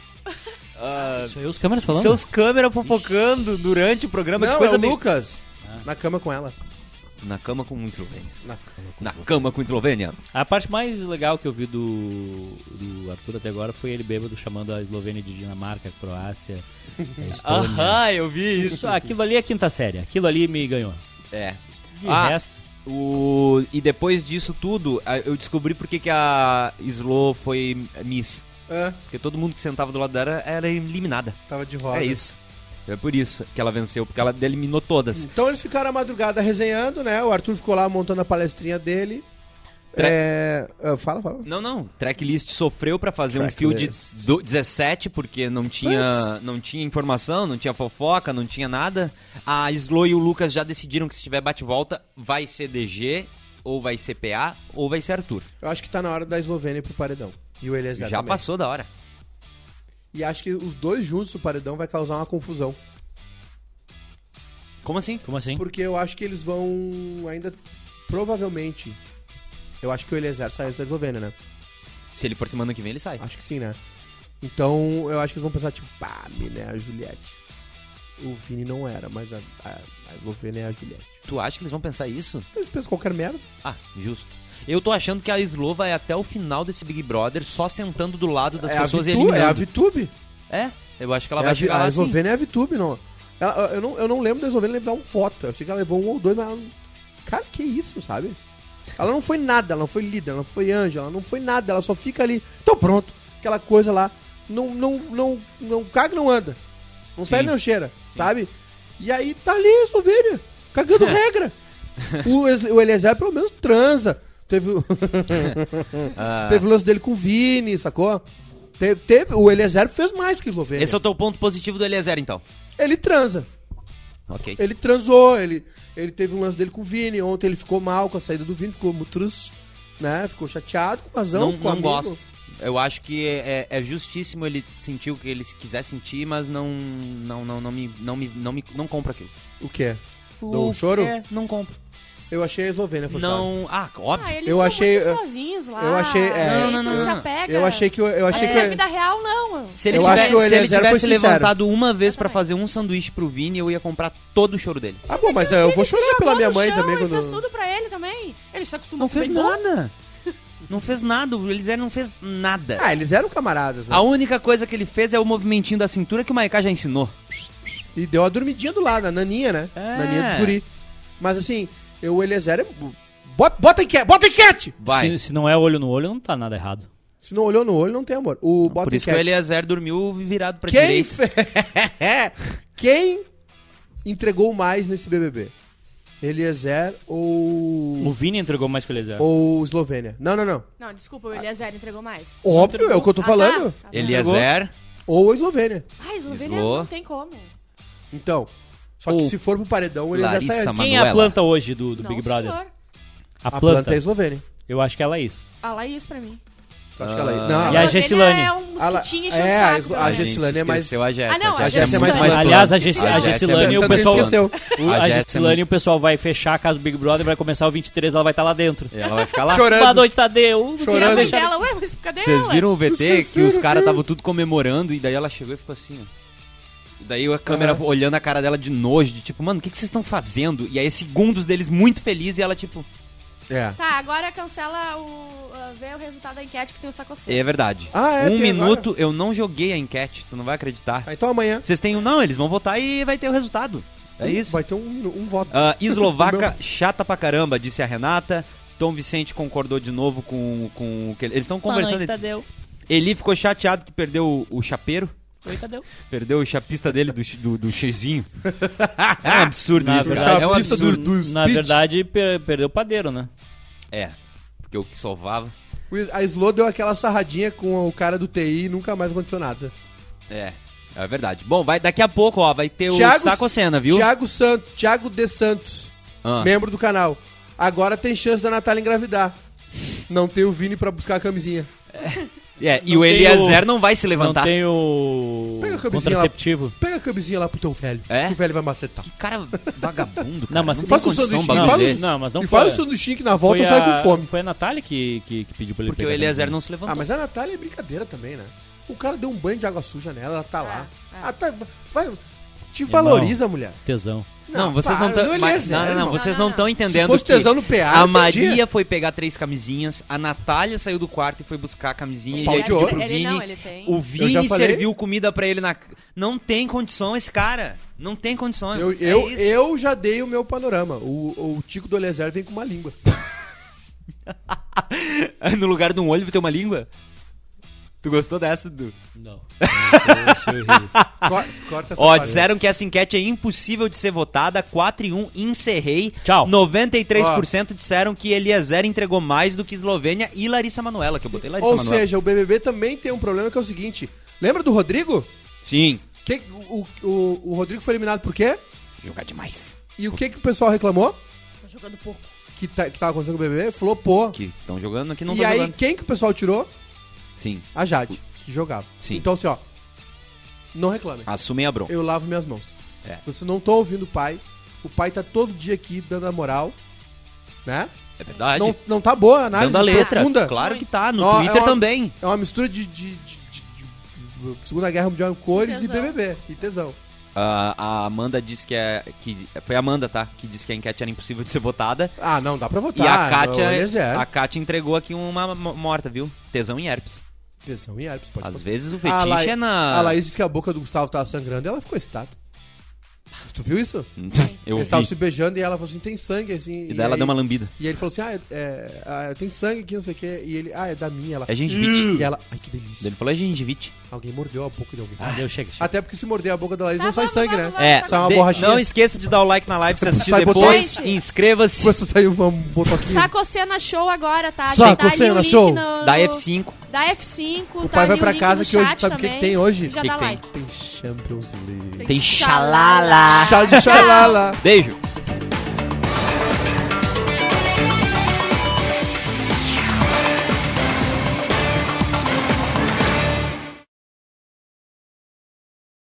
C: Ah,
D: Isso aí, os câmeras falando?
C: Seus câmeras fofocando durante o programa.
B: Não,
C: que coisa
B: é o
C: bem-
B: Lucas. Na cama com ela.
C: Na cama com o Eslovênia.
B: Na cama
C: Na cama com o Eslovênia.
D: A parte mais legal que eu vi do, do Arthur até agora foi ele bêbado chamando a Eslovênia de Dinamarca, Croácia, eh, Estônia.
C: Aham, eu vi Ah, isso.
D: Isso, aquilo ali é quinta série. Aquilo ali me ganhou.
C: É.
D: De
C: Ah,
D: resto,
C: O... E depois disso tudo, a- eu descobri porque que a Slow foi Miss.
B: É,
C: Porque todo mundo que sentava do lado dela era eliminada.
B: tava de rosa.
C: É isso. É por isso que ela venceu, porque ela eliminou todas.
B: Então eles ficaram a madrugada resenhando, né? O Arthur ficou lá montando a palestrinha dele.
C: Tre-
B: É... ah, Fala, fala.
C: Não, não. Tracklist sofreu pra fazer um fio de
B: Tracklist.
C: do- 17, porque não tinha, não tinha informação, não tinha fofoca, não tinha nada. A Slow e o Lucas já decidiram que se tiver bate-volta, vai ser DG, ou vai ser PA, ou vai ser Arthur.
B: Eu acho que tá na hora da Eslovênia pro paredão. E o Eliezer
C: Já
B: também.
C: passou da hora.
B: E acho que os dois juntos no paredão vai causar uma confusão.
C: Como assim?
D: como assim?
B: Porque eu acho que eles vão ainda. Provavelmente. Eu acho que o Eliezer sai antes da Eslovênia, né?
C: Se ele for semana que vem, ele sai. Ah,
B: Acho que sim, né? Então eu acho que eles vão pensar, tipo, pá, mina é a Juliette. O Vini não era, mas a, a, a Eslovênia é a Juliette. Então
C: Tu acha que eles vão pensar isso?
B: Eles pensam qualquer merda.
C: Ah, justo. Eu tô achando que a Slow vai até o final desse Big Brother só sentando do lado das
B: é,
C: pessoas
B: a
C: e
B: Vitu, é a
C: eliminando.
B: Vitube.
C: É, eu acho que ela
B: É a
C: vai
B: Vi-
C: chegar
B: a
C: lá assim.
B: Eslovênia é a Vitube, não. Ela- eu não. Eu não lembro da Eslovênia levar um voto. Eu sei que ela levou um ou dois, mas. ela não- Cara, que isso, sabe? Ela não foi nada, ela não foi líder, ela não foi anjo, ela não foi nada, ela só fica ali. Então pronto, aquela coisa lá. Não, não, não, não caga, não anda. Não
C: Sim.
B: fede, não cheira, sabe? E aí tá ali a Eslovênia,
C: <laughs>
B: cagando regra. O, Es- o Eliezer pelo menos transa. Teve, o-
C: <laughs> Ah,
B: teve o lance dele com o Vini, sacou? Teve, teve, o Eliezer fez mais que a Eslovênia.
C: Esse é o teu ponto positivo do Eliezer, então.
B: Ele transa.
C: Ok.
B: Ele transou, ele, ele teve um lance dele com o Vini. Ontem ele ficou mal com a saída do Vini, ficou muito triste, né? Ficou chateado, com razão,
C: não
B: ficou
C: não
B: amigo.
C: gosto. Eu acho que é, é- é justíssimo ele sentir o que ele quiser sentir, mas não não não não me não me não me não compro aquilo.
B: O quê? Do um choro?
C: É, não compro.
B: Eu achei a Eslovênia forçada.
C: Não, ah, óbvio.
E: Ah, eles
B: Eu
E: são
B: achei-
E: muito sozinhos lá.
B: eu achei- é.
E: Não,
C: Não, não, não,
E: se
C: não.
E: apega.
B: Eu achei que... eu- Eu achei
E: Acho
B: que...
E: que na vida real, não.
C: Se ele,
B: Eu
C: tivesse,
B: acho que o
C: se ele
B: Eliezer foi
C: tivesse
B: sincero.
C: levantado uma vez pra fazer um sanduíche pro Vini, eu ia comprar todo o choro dele.
B: Ah, bom, mas eu vou chorar pela minha mãe também.
E: Ele
B: Quando...
E: fez tudo pra ele também. Ele se acostumou
C: Não
E: com
C: fez
E: bem bom.
C: nada. Não fez nada, o Eliezer não fez nada.
B: Ah, eles eram
D: é.
B: camaradas, né?
C: A única coisa que ele fez é o movimentinho da cintura que o Maiká já ensinou.
B: E deu a dormidinha do lado, a naninha, né?
C: É.
B: Naninha dos guri. Mas assim, eu, o Eliezer... é- Bota, bota enquete! Bota enquete!
C: Vai.
D: Se, se não é olho no olho, não tá nada errado.
B: Se não olhou no olho, não tem amor. O bota
C: Por isso que o
B: enquete.
C: Eliezer dormiu virado pra
B: Quem,
C: direita.
B: fe- <laughs> Quem entregou mais nesse BBB? Eliezer
D: O
B: ou.
D: Vini entregou mais que o Eliezer.
B: Ou Eslovênia? Não, não, não.
E: Não, desculpa, o Eliezer entregou mais.
B: Óbvio, é o que eu tô
E: Ah,
B: falando.
E: tá.
C: Eliezer,
B: Ou Eslovênia.
E: Ah, Eslovênia
C: Slow.
E: não tem como.
B: Então. Só que
D: Ou-
B: se for pro paredão, o Eliezer
C: Larissa
B: sai antes.
D: Quem é
C: Manuela.
D: a planta hoje do, do
E: não,
D: Big Brother?
E: senhor.
D: A
B: A
D: planta.
B: planta é Eslovênia.
D: Eu acho que ela é isso.
E: A Laís pra mim.
B: Eu acho que ela
C: Ah.
B: é. Não,
D: E a
B: ela-
D: Ge- Gessilane?
E: é um
B: A La-
E: mosquitinho
B: é, a
E: enchendo o
B: Eslo-
E: saco.
B: a
E: pra
B: Gessilane-
E: mim.
B: Gessilane é mais-
C: esqueceu a Jéssica.
E: Ah, não, a
B: Jéssica é mais
C: planta.
B: planta.
D: Aliás, a, Gessi
E: A
D: a
E: Jéssica é
D: Gessilane e
B: Tanto
D: o
B: que a gente
D: pessoal.
B: esqueceu.
D: O,
C: A
D: a
C: Jéssica é
D: Gessilane
C: muito-
D: o pessoal vai fechar a casa do Big Brother, vai começar o 23, ela vai estar lá dentro.
C: Ela vai ficar lá.
D: Boa
B: Chorando.
D: noite, Tadeu. Não queria
E: E a mãe
B: Chorando.
D: deixar-
E: dela, ué, mas cadê
C: Vocês
E: ela?
C: viram o VT que os
B: Esqueceram
C: caras
B: aqui.
C: estavam tudo comemorando e daí ela chegou e ficou assim, ó. E daí a câmera olhando a cara dela de nojo, de tipo, mano, o que, que vocês estão fazendo? E aí segundos deles muito felizes e ela tipo,
B: É.
E: Tá, agora cancela o. ah, vê o resultado da enquete que tem o sacoceiro.
C: é verdade.
B: Ah, é,
C: um
B: tem
C: minuto eu não joguei a enquete, tu não vai acreditar.
B: Ah, então amanhã.
C: Vocês têm um, não, eles vão votar e vai ter o resultado. É isso?
B: Vai ter um, minu- um voto.
C: Ah,
B: <laughs>
C: eslovaca chata pra caramba, disse a Renata. Tom Vicente concordou de novo com, com o que eles estão conversando.
D: noite, Tadeu.
C: Ele ficou chateado que perdeu o, o chapeiro.
D: Oi, Tadeu.
C: <laughs> Perdeu o chapista dele do, chi- do,
B: <laughs>
C: do chezinho. É um absurdo
D: Na
C: isso,
D: verdade,
C: cara. É um
D: na-
C: absurdo.
D: Na verdade, per- perdeu o padeiro, né?
C: É, porque o que salvava.
B: O- A Slow deu aquela sarradinha com o cara do TI e nunca mais aconteceu nada.
C: É, é verdade. Bom, vai, daqui a pouco, ó, vai ter o Sacocena, viu?
B: Thiago, San- Thiago de Santos,
C: Ah.
B: membro do canal. Agora tem chance da Natália engravidar. Não tem o Vini pra buscar a camisinha.
C: É, e
D: Não
C: o
D: tem
C: Eliezer
D: o-
C: não vai se levantar.
D: Não tem o
B: Pega a camisinha
D: contraceptivo.
B: lá. Pega a camisinha lá pro teu velho.
C: É?
B: Que o velho vai macetar.
C: Cara vagabundo, cara.
D: Não, mas
C: não
B: faz um
C: tem condição,
B: sanduíche,
C: bagulho
B: faz um-
C: desse.
D: Não, mas não
B: E
D: foi.
B: faz o sanduichinho que na volta eu saio
D: a-
B: com fome.
D: Foi a Natália que, que, que pediu pra ele
C: Porque o
D: pegar a
C: Eliezer
D: camisinha.
C: não se levantou.
B: Ah, mas a Natália é brincadeira também, né? O cara deu um banho de água suja nela, ela tá lá. Ah, tá, vai,
C: É,
B: te
D: Irmão.
B: valoriza, mulher.
D: Tesão.
C: Não, vocês não
B: para,
C: estão.
B: é
C: Mas,
B: zero,
C: não, não, não,
B: irmão.
C: vocês não estão entendendo.
B: Se fosse
C: que
B: tesão no PA,
C: a
B: eu entendia.
C: Maria foi pegar três camisinhas, a Natália saiu do quarto e foi buscar a camisinha
B: Um
C: e
B: pau
C: já
B: de
C: pediu
B: ouro.
C: pro
E: Ele
C: Vini.
E: não, ele tem.
B: Eu
C: O
B: já
C: Vini
B: falei.
C: serviu comida pra ele na. Não tem condição esse cara. Não tem condição.
B: Eu,
C: é
B: eu,
C: isso.
B: eu já dei o meu panorama. O, o Tico do Eliezer vem com uma
C: <laughs>
B: língua.
C: <laughs> no lugar de um olho, tem uma língua? Tu gostou dessa, Du?
D: Não. Deixa eu rir.
B: Cor- corta essa
C: Ó,
B: parte.
C: disseram que essa enquete é impossível de ser votada. 4 e 1, encerrei.
D: Tchau.
C: 93% disseram que Eliezer entregou mais do que Eslovênia e Larissa Manoela, que eu botei Larissa
B: Ou
C: Manoela.
B: seja, o BBB também tem um problema que é o seguinte. Lembra do Rodrigo?
C: Sim.
B: Que, o, o, o Rodrigo foi eliminado por quê?
C: Jogar demais.
B: E o que, que o pessoal reclamou?
E: Tá Jogando pouco.
B: Que, tá, que tava acontecendo com o BBB? Flopou.
C: Que estão jogando aqui, não
B: e
C: estão
B: aí,
C: jogando.
B: quem que o pessoal tirou?
C: Sim.
B: A Jade, que jogava.
C: Sim.
B: Então, assim, ó. Não reclamem.
C: Assumem a bronca.
B: Eu lavo minhas mãos.
C: É.
B: Vocês não estão ouvindo o pai. O pai tá todo dia aqui dando a moral. Né?
C: É verdade.
B: Não, não tá boa a análise
C: Dando a letra.
B: profunda.
C: Claro que tá. No
B: Ó,
C: Twitter
B: é uma-
C: também.
B: É uma mistura de, de- de- de- de- de Segunda Guerra Mundial em cores e
E: Tesão.
B: BBB. E tesão.
C: Ah, a Amanda disse que é... Que, foi a Amanda, tá? Que disse que a enquete era impossível de ser votada.
B: Ah, não, dá pra votar.
C: e a
B: não, é
C: Kátia,
B: zero.
C: a Kátia entregou aqui uma mo- morta, viu? Tesão em herpes.
B: Tesão e herpes, pode Ah,
C: Às
B: votar.
C: vezes o
B: A
C: fetiche
B: Lai-
C: é na...
B: A Laís disse que a boca do Gustavo tava sangrando e ela ficou excitada. Tu viu isso? Eles
C: Eu vi.
B: estavam se beijando e ela falou assim, tem sangue, assim.
C: E daí ela
B: aí-
C: deu uma lambida.
B: E ele falou assim, ah, é- é- ah, tem sangue aqui, não sei o quê. E ele, ah, é da minha. Ela,
C: É gengivite.
B: E ela, ai, que delícia.
C: Ele falou, é gengivite.
B: Alguém mordeu a boca de alguém.
D: Ah, deu, chega, chega.
B: Até porque se morder a boca da Laís
E: Tá,
B: não sai
E: vamos,
B: sangue,
E: vamos,
B: né?
E: vamos.
C: É,
B: Sai uma
C: de-
B: borrachinha.
C: não esqueça de dar o like na live se assistir
B: Sai
C: depois.
E: botões.
C: Inscreva-se.
B: Você saiu um botoquinho.
E: Sacocena Show agora, tá?
B: Sacocena
E: Tá ali o link
B: Show.
E: no-
C: Da F5.
E: Da F5.
B: O pai vai pra casa que hoje, sabe o que, que tem hoje?
E: Já
C: Que
E: dá
C: que tem?
E: like.
B: Tem Champions League.
C: Tem xalala.
B: Tchau de xalala.
C: Beijo.